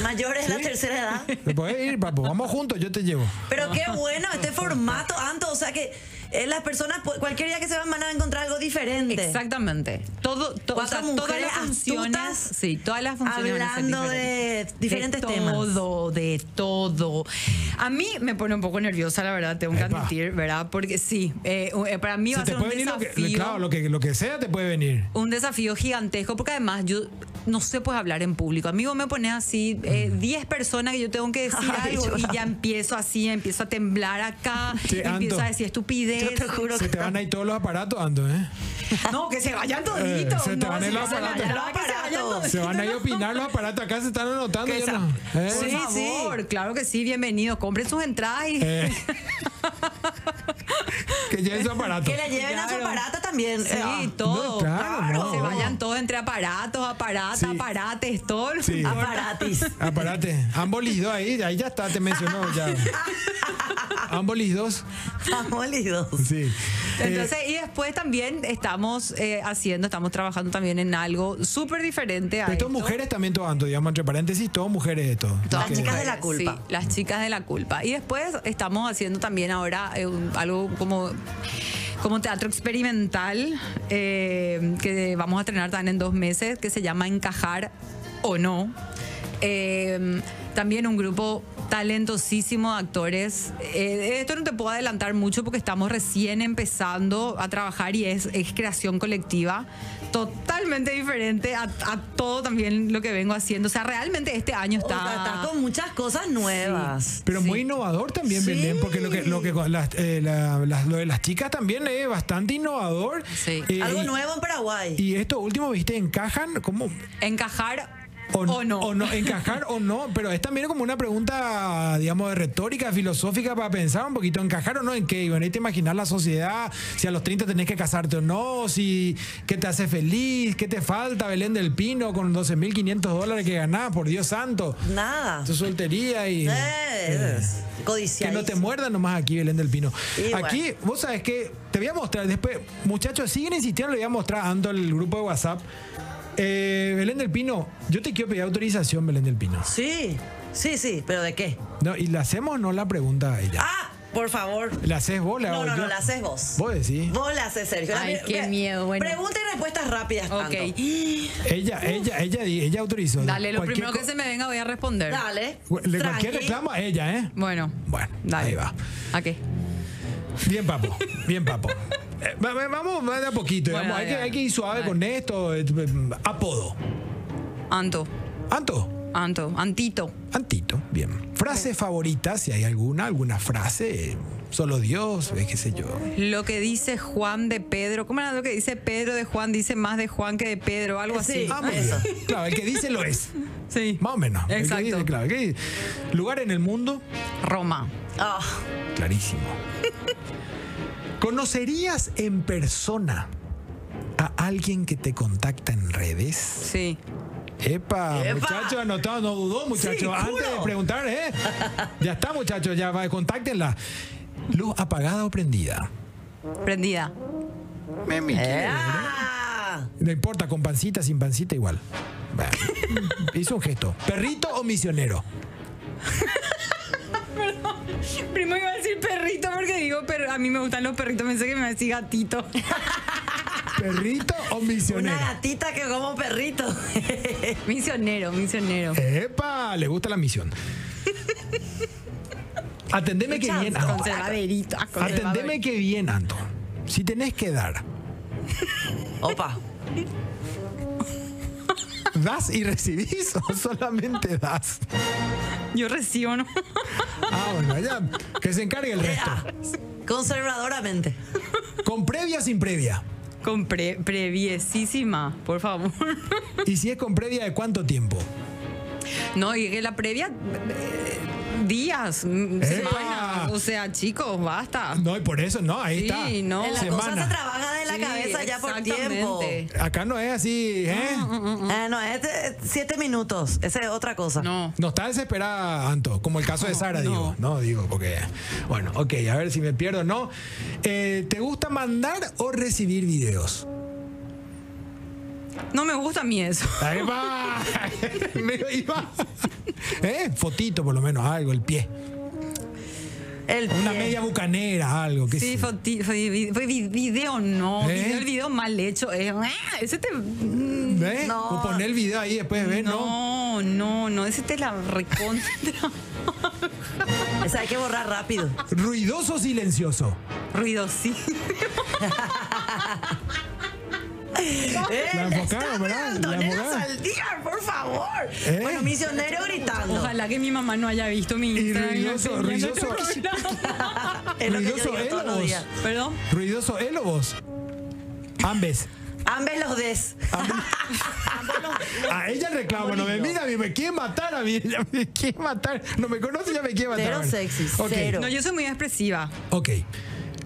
A: Mayores de la tercera edad.
B: te podés ir, papo. Vamos juntos, yo te llevo.
A: Pero qué bueno este formato, Anto. O sea que eh, las personas, pu- cualquier día que se van, van a encontrar algo diferente.
E: Exactamente. Todo, to- o
A: Cuatro
E: sea, todas
A: mujeres
E: las funciones.
A: astutas
E: Sí, todas las funciones. van a ser
A: hablando
E: diferentes.
A: de diferentes temas.
E: Todo, de todo. A mí me pone un poco nerviosa, la verdad, tengo que
B: Epa.
E: admitir, ¿verdad? Porque sí, eh, eh, para mí va
B: Se
E: a
B: te
E: ser un
B: puede venir lo
E: desafío.
B: que, claro, lo que, lo que sea te puede venir.
E: un desafío gigantesco, porque además yo no sé pues hablar en público. A mí vos me pones así eh, 10 personas que yo tengo que decir
A: Ay,
E: algo y
A: yo-
E: ya empiezo así, empiezo a temblar acá,
B: Che,
E: empiezo
B: Anto,
E: a decir estupidez.
A: Yo te juro
B: Se
A: que.
B: te van a ir todos los aparatos, Ando, ¿eh?
E: No, que se vayan
B: Eh,
E: toditos.
B: se te
E: no,
B: van
E: si
B: el
E: no se
B: aparato.
E: vayan, no, que se vayan toditos,
B: Se van a ir a
E: no.
B: opinar los aparatos, acá se están anotando.
A: Que
B: yo
A: esa-
B: no- ¿eh?
E: Por
A: Sí,
E: favor,
A: sí.
E: claro que sí, bienvenidos. Compren sus entradas y.
B: Eh. que ya es aparato.
A: Que la lleven a su
E: Claro.
A: aparato también.
E: Sí,
A: Eh,
E: todo.
B: Ah, No, claro, no.
E: Se vayan todos entre aparatos, aparatas,
B: Sí.
E: aparates, todo. lo-
B: Sí.
A: Aparatis.
B: Aparate. Ambos los dos ahí, ahí ya está, te mencionó ya. Ambos los dos.
A: Vamos, lidos.
B: Sí.
E: Entonces, y después también estamos eh, haciendo, estamos trabajando también en algo súper diferente a
B: Pero
E: esto.
B: todas mujeres también tocando, digamos, entre paréntesis, todas mujeres de todo.
E: Todas
A: Las chicas de la
E: mujeres,
A: culpa.
E: sí, las chicas de la culpa. Y después estamos haciendo también ahora eh, un- algo como, como teatro experimental eh, que vamos a estrenar también en dos meses, que se llama Encajar o No. Eh, también un grupo talentosísimo de actores. Eh, esto no te puedo adelantar mucho porque estamos recién empezando a trabajar y es, es creación colectiva totalmente diferente a, a todo también lo que vengo haciendo. O sea, realmente este año
A: O sea, estás con muchas cosas nuevas.
B: Pero muy innovador también, Belén, porque lo que, lo que con las, eh, la- las- lo de las chicas también es bastante innovador.
E: Sí.
B: Eh,
A: Algo
B: y-
A: nuevo en Paraguay.
B: Y esto último, viste, encajan como
E: encajar
B: o,
E: o, no.
B: encajar o no, pero es también como una pregunta, digamos, de retórica, filosófica para pensar un poquito, encajar o no en qué, y bueno, ahí te imaginar la sociedad, si a los 30 tenés que casarte o no, si qué te hace feliz, qué te falta, Belén del Pino con 12.500 dólares que ganás, por Dios santo,
A: Nada.
B: tu soltería y...
A: Eh, es
B: Que no
A: codiciadísimo.
B: te muerdan nomás aquí, Belén del Pino.
A: Y
B: aquí, vos sabes que te voy a mostrar después, muchachos, siguen insistiendo, le voy a mostrar a Ando el grupo de WhatsApp. Eh, Belén del Pino, yo te quiero pedir autorización, Belén del Pino.
A: Sí, sí, sí, pero ¿de qué?
B: No, y le hacemos o no la pregunta a ella.
A: Ah, por favor.
B: ¿La haces vos? la
A: No,
B: hago
A: no,
B: yo?
A: no, la haces vos.
B: Vos decís.
A: Vos la haces, Sergio. La-
E: Ay, qué
A: ve-
E: miedo, bueno.
A: Pregunta y respuestas rápidas,
E: Ok.
A: Tanto.
B: Ella, ella, ella, di- ella autorizó.
E: Dale, lo
B: Cualquier
E: primero que
B: co-
E: se me venga voy a responder.
A: Dale.
B: le- Cualquier
A: tranqui.
B: reclamo a ella, ¿eh?
E: Bueno,
B: Bueno,
E: dale.
B: ahí va.
E: ¿A qué?
B: Bien, papo. Bien, papo. Eh, va- va- Vamos, va de a poquito.
E: Bueno,
B: digamos. hay,
E: dale,
B: que,
E: dale.
B: hay que ir suave
E: Dale.
B: con esto. eh, Apodo.
E: Anto,
B: Anto.
E: Anto, Antito.
B: Antito, bien. Frase favorita, si hay alguna, alguna frase, eh, solo Dios, eh, qué sé yo.
E: Lo que dice Juan de Pedro, ¿cómo era lo que dice Pedro de Juan? Dice más de Juan que de Pedro, algo
A: Sí.
E: así.
B: Ah, muy bien.
A: Eso.
B: Claro, el que dice lo es.
E: Sí.
B: Más o menos. El que
E: Exacto.
B: dice, claro, el que dice. Lugar en el mundo,
E: Roma.
A: Ah,
B: clarísimo. ¿Conocerías en persona a alguien que te contacta en redes?
E: Sí.
B: Epa,
A: Epa.
B: muchacho, anotado, no dudó, muchacho.
A: Sí,
B: Antes
A: juro.
B: de preguntar, ¿eh? Ya está, muchacho, ya va, contáctenla. Luz apagada o prendida.
E: Prendida. Eh.
B: Me, me quiere, ¿verdad?
A: ah.
B: No importa, con pancita, sin pancita, igual. Bueno, hizo un gesto. ¿Perrito o misionero?
E: Primo iba a decir perrito porque digo, pero a mí me gustan los perritos, pensé que me iba a decir gatito.
B: ¿Perrito o
A: Una
B: misionero?
A: gatita que como perrito.
E: misionero, misionero.
B: ¡Epa! Le gusta la misión. Atendeme que bien, Anto.
E: Conservaderito. ah,
B: Atendeme
E: conservador.
B: que bien, Anto. Si tenés que dar,
A: Opa.
B: ¿das y recibís o solamente das?
E: Yo recibo, ¿no?
B: Ah, bueno, ya. Que se encargue el resto.
A: Ah, Conservadoramente.
B: ¿Con previa o sin previa?
E: Con pre- previesísima, por favor.
B: Y si es con previa, ¿de cuánto tiempo?
E: No, y que la previa. eh, Días, mm,
B: ¡Epa!
E: semanas. O sea, chicos, basta.
B: No, y por eso, no, ahí
E: Sí,
B: está.
E: no.
A: La cosa se
B: Semana.
A: trabaja de la
E: Sí,
A: cabeza ya por tiempo.
E: exactamente.
B: Acá no es así, ¿eh?
A: Ah, no, este es siete minutos. Esa es otra cosa.
E: No.
B: No está desesperada, Anto, como el caso de Sara, digo. No, digo, porque. Bueno, ok, a ver si me pierdo o no. Eh, ¿Te gusta mandar o recibir videos?
E: No me gusta a mí eso.
B: Ahí va. me iba. ¿Eh? Fotito, por lo menos, algo, el pie.
A: El
B: Una
A: pie.
B: media bucanera, algo, qué sé
E: Sí,
B: yo.
E: foti- fue vi- fue vi- video no.
B: ¿Eh?
E: Video, el video mal hecho. eh, ah, ese te. mm,
B: ¿Ves?
A: No.
B: O poner el video ahí después, ¿ves? ¿Eh? No.
E: No, no, no. Ese te la recontra.
A: Esa hay que borrar rápido.
B: Ruidoso o silencioso.
E: Ruido, sí.
A: Eh,
B: La enfocaron, ¿verdad?
A: dando
B: La
A: nenas
B: enfocaron.
A: al día, por favor.
B: ¿Eh?
A: Bueno, misionero gritando.
E: Ojalá que mi mamá no haya visto mi
B: Y
E: Instagram. y no
B: ruidoso,
E: esté viendo este
B: ruidoso.
E: programa.
A: Es lo que yo
B: ruidoso
A: digo
B: él
A: todos
B: o
A: los
B: vos.
A: días.
E: Perdón.
B: ¿Ruidoso él o vos? Ambes.
A: Ambes los des.
B: A ella el reclamo, no me mira, a mí me quiere matar a mí, ella me quiere matar. No me conoce, ya me quiere matar.
A: Cero
B: Bueno.
A: sexy,
B: Ok,
A: cero.
E: No, yo soy muy expresiva.
B: Ok.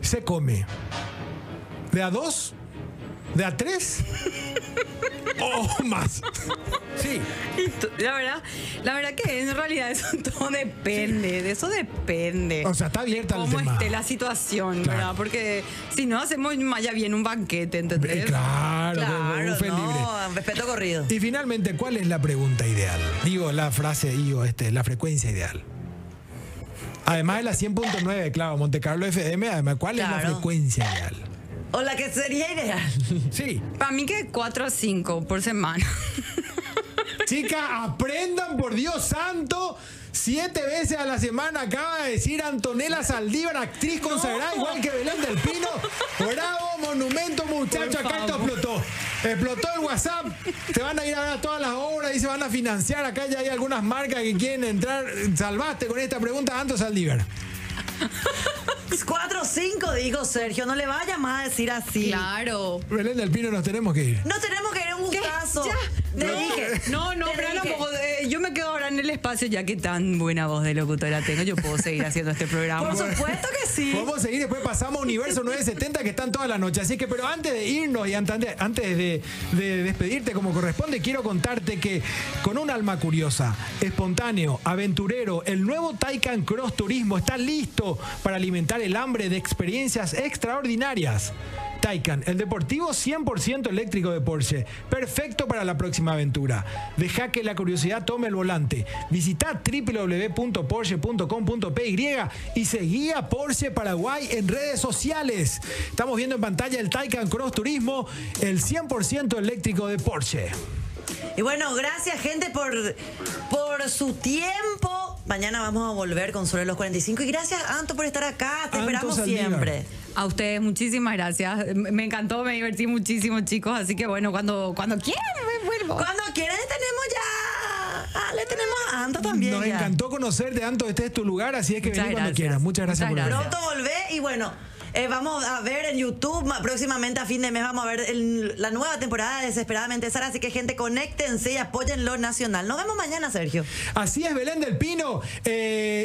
B: Se come. De a dos ¿De a tres? o más. Sí.
E: Y tú- La verdad, la verdad que en realidad eso todo depende, de eso depende.
B: O sea, está abierta el
E: Cómo
B: tema.
E: esté la situación,
B: Claro.
E: ¿verdad? Porque si no hacemos ya bien un banquete,
B: Eh,
E: ¿entendés?
B: claro, un
A: Claro,
B: buffet libre.
A: no, respeto corrido.
B: Y finalmente, ¿cuál es la pregunta ideal? Digo, la frase, digo, este, la frecuencia ideal. Además de la 100.9, claro, Monte Carlo FM, además, ¿cuál es la
A: Claro.
B: frecuencia ideal?
A: O la que sería ideal.
B: Sí.
E: Para mí que 4 a 5 por semana.
B: Chica, aprendan, por Dios santo. Siete veces a la semana acaba de decir Antonella Saldívar, actriz consagrada, igual que Belén del Pino. Bravo, monumento, muchacho.
E: Por
B: Acá esto
E: favor.
B: explotó. Explotó el WhatsApp. Se van a ir a ver a todas las obras y se van a financiar. Acá ya hay algunas marcas que quieren entrar. Salvaste con esta pregunta, Anto Saldívar.
A: 4 o 5, dijo Sergio. No le vaya más a decir así.
E: Claro.
B: Belén del Pino, nos tenemos que ir.
A: No tenemos que ir a un
E: ¿Qué?
A: gustazo.
E: Ya.
A: Te
E: no,
A: dije.
E: No, no,
A: Te
E: pero
A: dije.
E: no, eh, yo me quedo ahora en el espacio ya que tan buena voz de locutora tengo, yo puedo seguir haciendo este programa.
A: Por supuesto que sí.
B: Vamos a seguir, después pasamos a Universo 970 que están toda la noche. Así que, pero antes de irnos y antes de- antes de, de despedirte como corresponde, quiero contarte que con un alma curiosa, espontáneo, aventurero, el nuevo Taycan Cross Turismo está listo para alimentar el hambre de experiencias extraordinarias. Taycan, el deportivo 100% eléctrico de Porsche, perfecto para la próxima aventura. Deja que la curiosidad tome el volante. Visita www.porsche.com.py y seguí a Porsche Paraguay en redes sociales. Estamos viendo en pantalla el Taycan Cross Turismo, el 100% eléctrico de Porsche.
A: Y bueno, gracias gente por, por su tiempo. Mañana vamos a volver con Sobre los 45. Y gracias, Anto, por estar acá. Te
B: Anto
A: esperamos
B: Saldívar.
A: siempre.
E: A ustedes muchísimas gracias. M- Me encantó, me divertí muchísimo, chicos. Así que bueno, cuando, cuando quieran, me vuelvo.
A: Cuando quieran, tenemos ya. Ah, le tenemos a Anto también.
B: Nos
A: ya.
B: encantó conocerte, Anto. Este es tu lugar, así es que
E: Muchas
B: vení cuando
E: gracias.
B: quieras. Muchas gracias
E: Muchas
B: por venir.
A: Pronto volvé y bueno, eh, vamos a ver en YouTube, ma- próximamente a fin de mes vamos a ver el- la nueva temporada de Desesperadamente Sara, así que gente, conéctense y apoyen lo nacional. Nos vemos mañana, Sergio.
B: Así es, Belén del Pino. Eh,